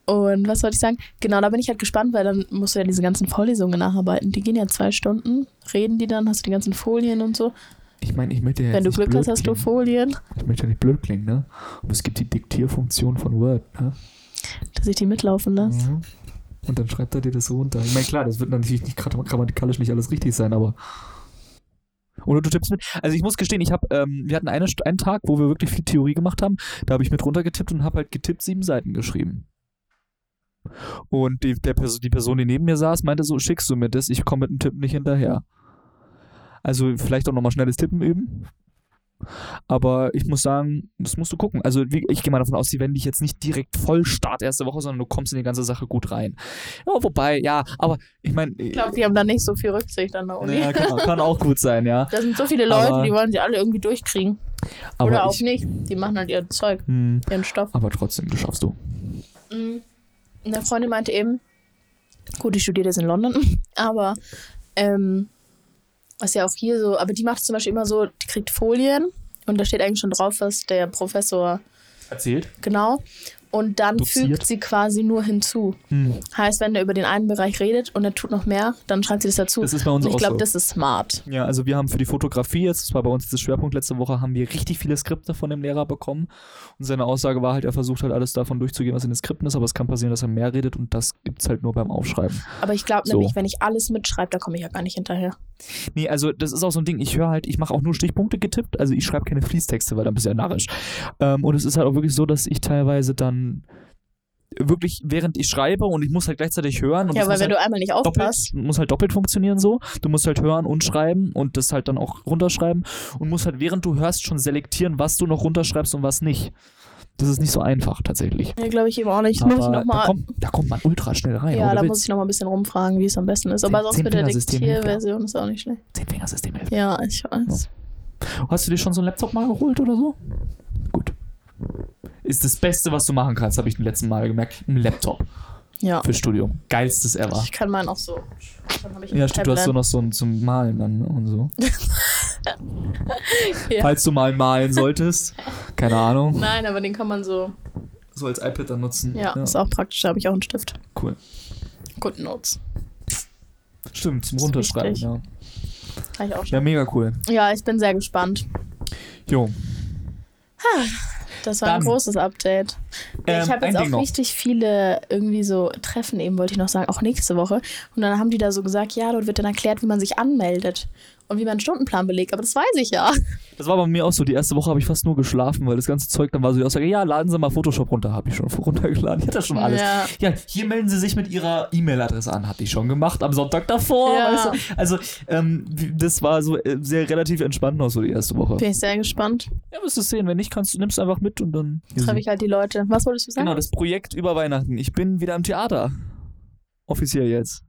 und was wollte ich sagen? Genau, da bin ich halt gespannt, weil dann musst du ja diese ganzen Vorlesungen nacharbeiten. Die gehen ja zwei Stunden, reden die dann, hast du die ganzen Folien und so. Ich meine, ich möchte ja Wenn du jetzt nicht Glück hast, blöd klingen. hast du Folien, Ich möchte ja nicht blöd klingen, ne? Aber es gibt die Diktierfunktion von Word, ne? dass ich die mitlaufen lasse. Mhm. Und dann schreibt er dir das runter. Ich meine, klar, das wird natürlich nicht gra- grammatikalisch nicht alles richtig sein, aber. Oder du tippst mit. Also ich muss gestehen, ich habe, ähm, wir hatten eine, St- einen Tag, wo wir wirklich viel Theorie gemacht haben. Da habe ich mit runtergetippt und habe halt getippt sieben Seiten geschrieben. Und die, der, Pers- die Person, die neben mir saß, meinte so, schickst du mir das, ich komme mit dem Tippen nicht hinterher. Also vielleicht auch nochmal schnelles Tippen üben. Aber ich muss sagen, das musst du gucken. Also wie, ich gehe mal davon aus, sie werden dich jetzt nicht direkt voll start erste Woche, sondern du kommst in die ganze Sache gut rein. Ja, wobei, ja, aber ich meine, Ich glaube, die haben da nicht so viel Rücksicht an der Uni. ja, kann, auch- kann auch gut sein, ja. Da sind so viele Leute, Aber- die wollen sie alle irgendwie durchkriegen. Aber oder auch ich, nicht. Die machen halt ihr Zeug, Hm, ihren Stoff. aber trotzdem, das schaffst du. Mhm. Eine Freundin meinte eben, gut, die studiert jetzt in London, aber ähm, was ja auch hier so, aber die macht es zum Beispiel immer so, die kriegt Folien und da steht eigentlich schon drauf, was der Professor Erzählt? genau und dann Doziert. fügt sie quasi nur hinzu. Hm. Heißt, wenn er über den einen Bereich redet und er tut noch mehr, dann schreibt sie das dazu. Das ist bei uns und ich auch glaube, so. das ist smart. Ja, also wir haben für die Fotografie jetzt, das war bei uns der Schwerpunkt letzte Woche, haben wir richtig viele Skripte von dem Lehrer bekommen. Und seine Aussage war halt, er versucht halt alles davon durchzugehen, was in den Skripten ist, aber es kann passieren, dass er mehr redet und das gibt's halt nur beim Aufschreiben. Aber ich glaube So. nämlich, wenn ich alles mitschreibe, da komme ich ja gar nicht hinterher. Nee, also das ist auch so ein Ding, ich höre halt, ich mache auch nur Stichpunkte getippt, also ich schreibe keine Fließtexte, weil dann bist du ja narrisch. Ähm, und es ist halt auch wirklich so, dass ich teilweise dann wirklich, während ich schreibe und ich muss halt gleichzeitig hören und ja, das weil muss wenn halt du einmal nicht aufpasst, doppelt, muss halt doppelt funktionieren so. Du musst halt hören und schreiben und das halt dann auch runterschreiben und musst halt während du hörst schon selektieren, was du noch runterschreibst und was nicht. Das ist nicht so einfach tatsächlich. ja, glaube ich eben auch nicht. muss ich Aber noch mal da, kommt, da kommt man ultra schnell rein. Ja, ohne da Witz. muss ich noch mal ein bisschen rumfragen, wie es am besten ist. Aber Zehn- sonst mit der Zehnfingersystem hilft, ja. Diktierversion ist auch nicht schlecht. Zehnfingersystem helfen. Ja, ich weiß. Hast du dir schon so einen Laptop mal geholt oder so? Gut. Ist das Beste, was du machen kannst, habe ich beim letzten Mal gemerkt, ein Laptop. Ja. fürs Studium. Geilstes ever. Ich kann meinen auch so. Dann hab ich Ja, ein stimmt, du hast so Tablet. noch so ein zum Malen dann ne, und so. Ja. Falls du mal malen solltest. Keine Ahnung. Nein, aber den kann man so. So als iPad dann nutzen. Ja, ist auch praktisch. Da habe ich auch einen Stift. Cool. Good Notes. Stimmt, zum Ist Runterschreiben, wichtig. ja. Kann ich auch schon. Ja, mega cool. Ja, ich bin sehr gespannt. Jo. Das war ein Dann- großes Update. Ja, ich Ähm, habe ein jetzt Ding auch noch. richtig viele irgendwie so Treffen eben, wollte ich noch sagen, auch nächste Woche. Und dann haben die da so gesagt, ja, dort wird dann erklärt, wie man sich anmeldet und wie man einen Stundenplan belegt. Aber das weiß ich ja. Das war bei mir auch so. Die erste Woche habe ich fast nur geschlafen, weil das ganze Zeug dann war so die Aussage, ja, laden Sie mal Photoshop runter. Habe ich schon runtergeladen. Ich hatte schon alles. Ja. Ja, hier melden Sie sich mit Ihrer E-Mail-Adresse an. Hatte ich schon gemacht am Sonntag davor. Ja. Weißt du? Also, ähm, wie- das war so äh, sehr relativ entspannt noch so die erste Woche. Bin ich sehr gespannt. Ja, wirst du sehen. Wenn nicht, kannst du nimmst einfach mit und dann. Treffe ich halt die Leute. Was wolltest du sagen? Genau, das Projekt über Weihnachten. Ich bin wieder im Theater. Offiziell jetzt.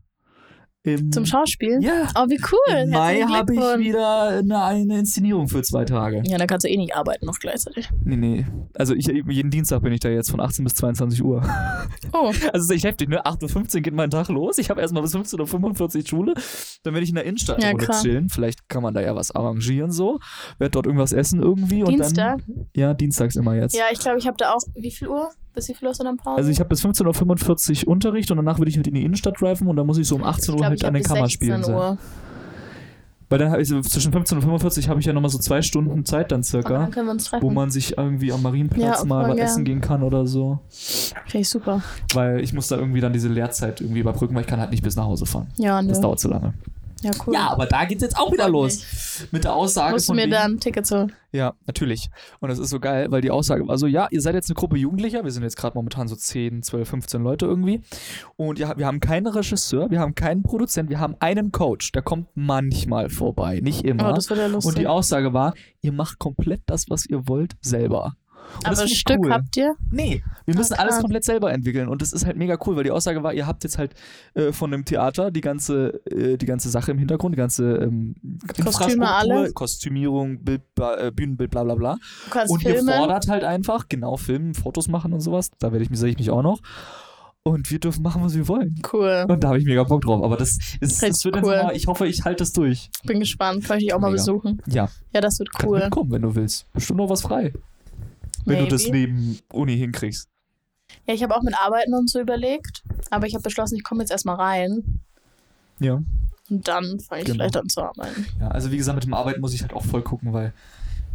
Im Zum Schauspiel? Ja. Oh, wie cool. Im Mai Herzlichen habe ich Glückwunsch. wieder eine, eine Inszenierung für zwei Tage. Ja, dann kannst du eh nicht arbeiten noch gleichzeitig. Nee, nee. Also ich, jeden Dienstag bin ich da jetzt von 18 bis 22 Uhr. Oh, Also ist echt heftig, ne? 8.15 Uhr geht mein Tag los. Ich habe erstmal bis 15.45 Uhr Schule. Dann werde ich in der Innenstadt Ja, eine Runde klar. chillen. Vielleicht kann man da ja was arrangieren so. Werd dort irgendwas essen irgendwie. Und Dienstag? Dann, ja, dienstags immer jetzt. Ja, ich glaube, ich habe da auch. Wie viel Uhr? Bis wie viel Uhr ist dann Pause? Also ich habe bis 15.45 Uhr Unterricht und danach würde ich halt in die Innenstadt driven und dann muss ich so um 18 Uhr glaub, halt ich an hab den bis Kammerspielen 16 sein. Uhr. Weil dann hab ich, so zwischen 15 und 45 habe ich ja nochmal so zwei Stunden Zeit dann Aber circa, dann können wir uns wo treffen. man sich irgendwie am Marienplatz Ja, mal voll was gern. essen gehen kann oder so. Finde ich super. Weil ich muss da irgendwie dann diese Lehrzeit irgendwie überbrücken, weil ich kann halt nicht bis nach Hause fahren. Ja, Das nö. dauert zu lange. Ja, cool. Ja, aber da geht's jetzt auch wieder Freut los. Mit der Aussage Musst du von mir wegen- dann Tickets holen. Ja, natürlich. Und das ist so geil, weil die Aussage war so, ja, ihr seid jetzt eine Gruppe Jugendlicher, wir sind jetzt gerade momentan so 10, 12, 15 Leute irgendwie. Und ja, wir haben keinen Regisseur, wir haben keinen Produzent, wir haben einen Coach, der kommt manchmal vorbei, nicht Oh, immer. das wird ja lustig. Und die Aussage war, ihr macht komplett das, was ihr wollt, selber. Und das aber ein find ich Stück cool. habt ihr? Nee, wir müssen Ah, alles krass. komplett selber entwickeln. Und das ist halt mega cool, weil die Aussage war, ihr habt jetzt halt äh, von dem Theater die ganze, äh, die ganze Sache im Hintergrund, die ganze ähm, Infrastruktur, alles. Kostümierung, Bild, bla, äh, Bühnenbild, bla bla bla. Du kannst und ihr filmen. fordert halt einfach, genau, filmen, Fotos machen und sowas. Da werde ich mich, sehe ich mich auch noch. Und wir dürfen machen, was wir wollen. Cool. Und da habe ich mega Bock drauf. Aber das ist, Richtig das wird jetzt cool. mal, ich hoffe, ich halte das durch. Bin gespannt. Kann ich dich auch mal Mega. besuchen? Ja, Ja, das wird kannst cool. mitkommen, wenn du willst. Bestimmt noch was frei. Wenn du das Maybe. neben Uni hinkriegst. Ja, ich habe auch mit Arbeiten und so überlegt. Aber ich habe beschlossen, ich komme jetzt erstmal rein. Ja. Und dann fange ich Genau. vielleicht an zu arbeiten. Ja, also wie gesagt, mit dem Arbeiten muss ich halt auch voll gucken, weil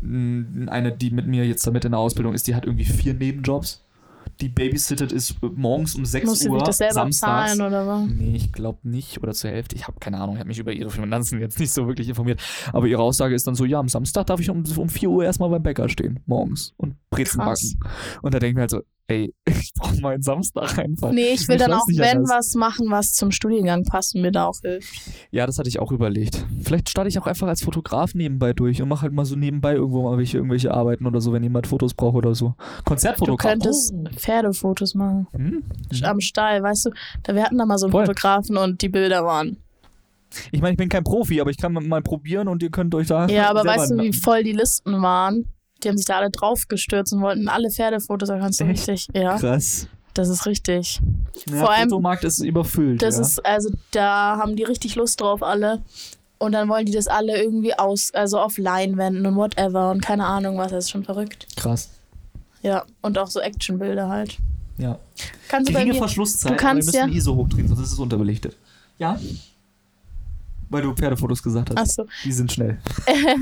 mh, eine, die mit mir jetzt damit in der Ausbildung ist, die hat irgendwie vier Nebenjobs. Die babysittet ist morgens um 6 Musst du Uhr sich das selber samstags. zahlen oder was? Nee, ich glaube nicht oder zur Hälfte. Ich habe keine Ahnung, ich habe mich über ihre Finanzen jetzt nicht so wirklich informiert. Aber ihre Aussage ist dann so, ja, am Samstag darf ich um, um 4 Uhr erstmal beim Bäcker stehen, morgens und Brezen Krass. backen. Und da denke ich mir halt so, ey, ich brauche meinen Samstag einfach. Nee, ich will Ich dann weiß auch, nicht also wenn, anders. was machen, was zum Studiengang passt und mir da auch hilft. Ja, das hatte ich auch überlegt. Vielleicht starte ich auch einfach als Fotograf nebenbei durch und mache halt mal so nebenbei irgendwo mal welche, irgendwelche Arbeiten oder so, wenn jemand Fotos braucht oder so. Du Konzertfotograf. könntest Pferdefotos machen. Oh. Hm? Am Stall, weißt du? Da, wir hatten da mal so einen Voll. Fotografen und die Bilder waren. Ich meine, ich bin kein Profi, aber ich kann mal probieren und ihr könnt euch da. Ja, aber selber weißt du, wie na- voll die Listen waren? Die haben sich da alle draufgestürzt und wollten alle Pferdefotos, da kannst du Echt? richtig. Ja, Krass. das ist richtig. Ja, Vor allem- Fotomarkt ist überfüllt. Das ja. ist, also da haben die richtig Lust drauf, alle. Und dann wollen die das alle irgendwie aus, also auf Leinwänden und whatever und keine Ahnung was, das ist schon verrückt. krass. Ja, und auch so Actionbilder halt. Ja. Kannst du Also bei Geringe mir, Verschlusszeit, du kannst aber wir müssen ja- ISO hochdrehen, sonst ist es unterbelichtet. Ja? Weil du Pferdefotos gesagt hast. Achso, Die sind schnell.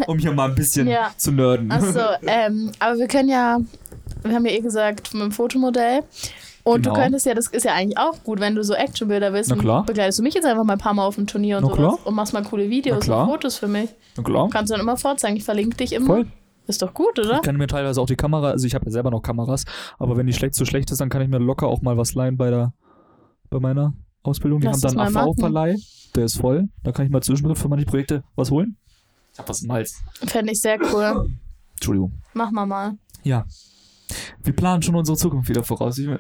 um hier mal ein bisschen Ja. zu nerden. achso, ähm, aber wir können ja, wir haben ja eh gesagt, mit dem Fotomodell. Und Genau. du könntest ja, das ist ja eigentlich auch gut, wenn du so Actionbilder bist. Na klar. Begleitest du mich jetzt einfach mal ein paar Mal auf dem Turnier und Na so klar. und machst mal coole Videos Na klar. und Fotos für mich. Na klar. Kannst du dann immer vorzeigen. Ich verlinke dich immer. Voll. Ist doch gut, oder? Ich kann mir teilweise auch die Kamera, also ich habe ja selber noch Kameras, aber wenn die schlecht so schlecht ist, dann kann ich mir locker auch mal was leihen bei der, bei meiner Ausbildung. Die Lass haben das dann einen mal machen. AV-Verleih, der ist voll. Da kann ich mal zwischendrin für manche Projekte was holen. Ich hab was im Hals. Fände ich sehr cool. Entschuldigung. Machen wir mal. Ja. Wir planen schon unsere Zukunft wieder voraus. Ich will-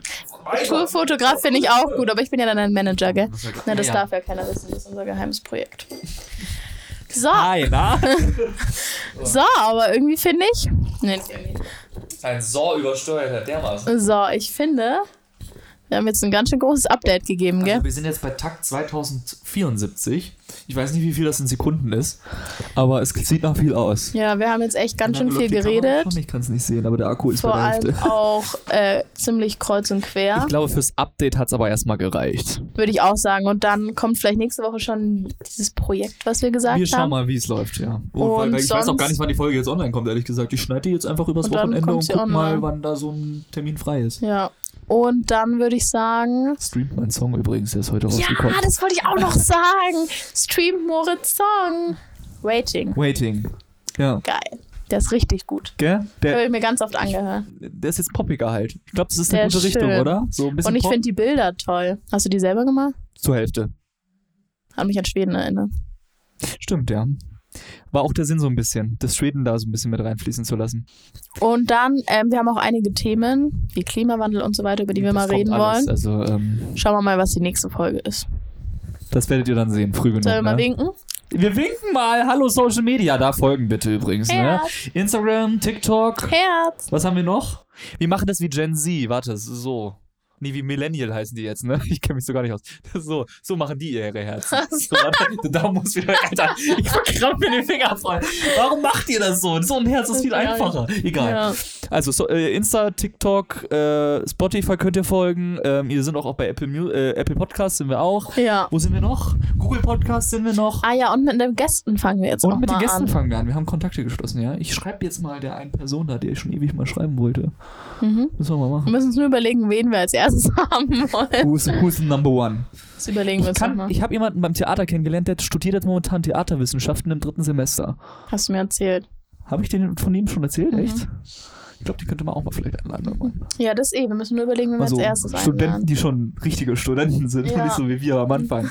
Tourfotograf finde ich auch gut, aber ich bin ja dann ein Manager, gell? Na, das Ja. darf ja keiner wissen. Das ist unser geheimes Projekt. So, Hi, na? so, aber irgendwie finde ich. Nee, nicht irgendwie. Ein so übersteuerter dermaßen. so, ich finde, Wir haben jetzt ein ganz schön großes Update gegeben, gell? Also wir sind jetzt bei Takt 2074. Ich weiß nicht, wie viel das in Sekunden ist, aber es sieht nach viel aus. Ja, wir haben jetzt echt ganz schön viel geredet. Ich kann es nicht sehen, aber der Akku ist Vor bei der Hälfte. allem auch äh, ziemlich kreuz und quer, Ich glaube, fürs Update hat es aber erstmal gereicht. würde ich auch sagen. Und dann kommt vielleicht nächste Woche schon dieses Projekt, was wir gesagt wir schauen haben. mal, wie es läuft, ja. Und weil, weil ich weiß auch sonst- gar nicht, wann die Folge jetzt online kommt, ehrlich gesagt. Ich schneide die jetzt einfach übers Und dann Wochenende kommt und sie guck mal, online. wann da so ein Termin frei ist. Ja. Und dann würde ich sagen. Streamt mein Song übrigens, der ist heute Ja, rausgekommen. das wollte ich auch noch sagen. Stream Moritz Song. Waiting. Waiting. Ja. Geil. Der ist richtig gut. Gell? Der, Habe ich mir ganz oft angehört. der ist jetzt poppiger halt. Ich glaube, das ist eine Der gute ist Richtung, schön. oder? So ein bisschen Und ich Pop finde die Bilder toll. Hast du die selber gemacht? zur Hälfte. Hat mich an Schweden erinnert. Stimmt, ja. War auch der Sinn so ein bisschen, das Schweden da so ein bisschen mit reinfließen zu lassen. Und dann, ähm, wir haben auch einige Themen, wie Klimawandel und so weiter, über die wir Das mal kommt reden alles. Genau, wollen. Also, ähm, Schauen wir mal, was die nächste Folge ist. das werdet ihr dann sehen, früh genug. Sollen wir mal ne? winken? Wir winken mal. Hallo Social Media, da folgen bitte übrigens. Ne? Herz. Instagram, TikTok. Herz. Was haben wir noch? Wir machen das wie Gen Z. Warte, es ist so. Nee, wie Millennial heißen die jetzt, ne? Ich kenne mich so gar nicht aus. Das ist So, so machen die ihre Herzen. So, warte, der Daumen muss wieder, Alter. Ich verkrampf mir den Finger voll. Warum macht ihr das so? So ein Herz ist viel Ja. einfacher. Egal. Ja. Also so, äh, Insta, TikTok, äh, Spotify könnt ihr folgen. Ähm, ihr sind auch, auch bei Apple, Mu äh, Apple Podcasts sind wir auch. ja. Wo sind wir noch? Google Podcasts sind wir noch. Ah ja, und mit den Gästen fangen wir jetzt auch Und mit Also mal den Gästen an. fangen wir an. Wir haben Kontakte geschlossen, ja. Ich schreibe jetzt mal der einen Person da, der ich schon ewig mal schreiben wollte. Mhm. Müssen wir mal machen. Wir müssen uns nur überlegen, wen wir als erstes haben wollen. Who's, who's the number one? Das überlegen wir Ich, uns kann- nochmal. ich habe jemanden beim Theater kennengelernt, der studiert jetzt momentan Theaterwissenschaften im dritten Semester. Hast du mir erzählt. Habe ich den von ihm schon erzählt? Echt? Mhm. Ich glaube, die könnte man auch mal vielleicht einladen. irgendwann. Ja, das eh. Wir müssen nur überlegen, wen wir Also als erstes Studenten, einladen. die schon richtige Studenten sind, Ja. nicht so wie wir am Anfang.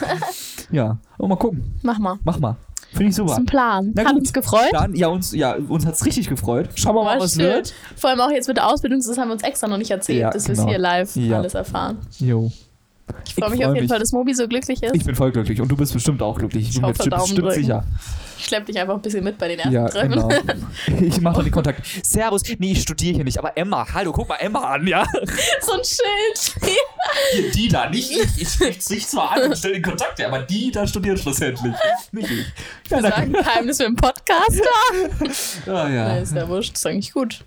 ja, und mal gucken. Mach mal. Mach mal. Finde ich Das ist super. ein Plan. Na Hat gut. uns gefreut. Dann, ja, uns, ja, uns hat es richtig gefreut. Schauen wir mal, War was schön. wird. Vor allem auch jetzt mit der Ausbildung, das haben wir uns extra noch nicht erzählt, Ja, dass wir genau. es hier live Ja. alles erfahren. Jo. Ich freue mich auf jeden Fall, dass Mobi so glücklich ist. Ich bin voll glücklich und du bist bestimmt auch glücklich. Ich, bin mir hoffe, bestimmt, Daumen bestimmt drücken. sicher. Ich schlepp dich einfach ein bisschen mit bei den ersten ja, Treffen. genau. Ich mache doch die Kontakte. Servus. Nee, ich studiere hier nicht, aber Emma. Hallo, guck mal Emma an, ja. so ein Schild. Hier, die da, nicht ich. Ich spreche dich zwar an und stelle den Kontakt, aber die da studiert schlussendlich. Nicht ich. Ja, Ah, Wir sagen Geheimnis für den Podcast. ja, Ja. ja. Ist ja wurscht, ist eigentlich gut.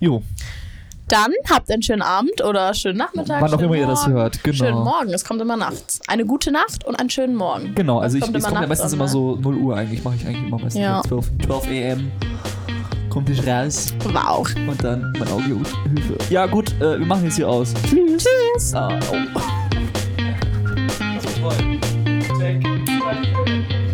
Jo, Dann habt einen schönen Abend oder schönen Nachmittag. wann auch schönen immer ihr das Morgen. hört. Genau. Schönen Morgen, es kommt immer nachts. Eine gute Nacht und einen schönen Morgen. Genau, Das also ich, kommt es immer kommt ja nachts meistens immer online. so 0 Uhr eigentlich, mache ich eigentlich immer meistens Ja. so 12, 12 am. Kommt ich raus Wow. und dann mein Audio Hilfe. Ja gut, äh, wir machen jetzt hier aus. Tschüss. Tschüss. Ah, oh. Check.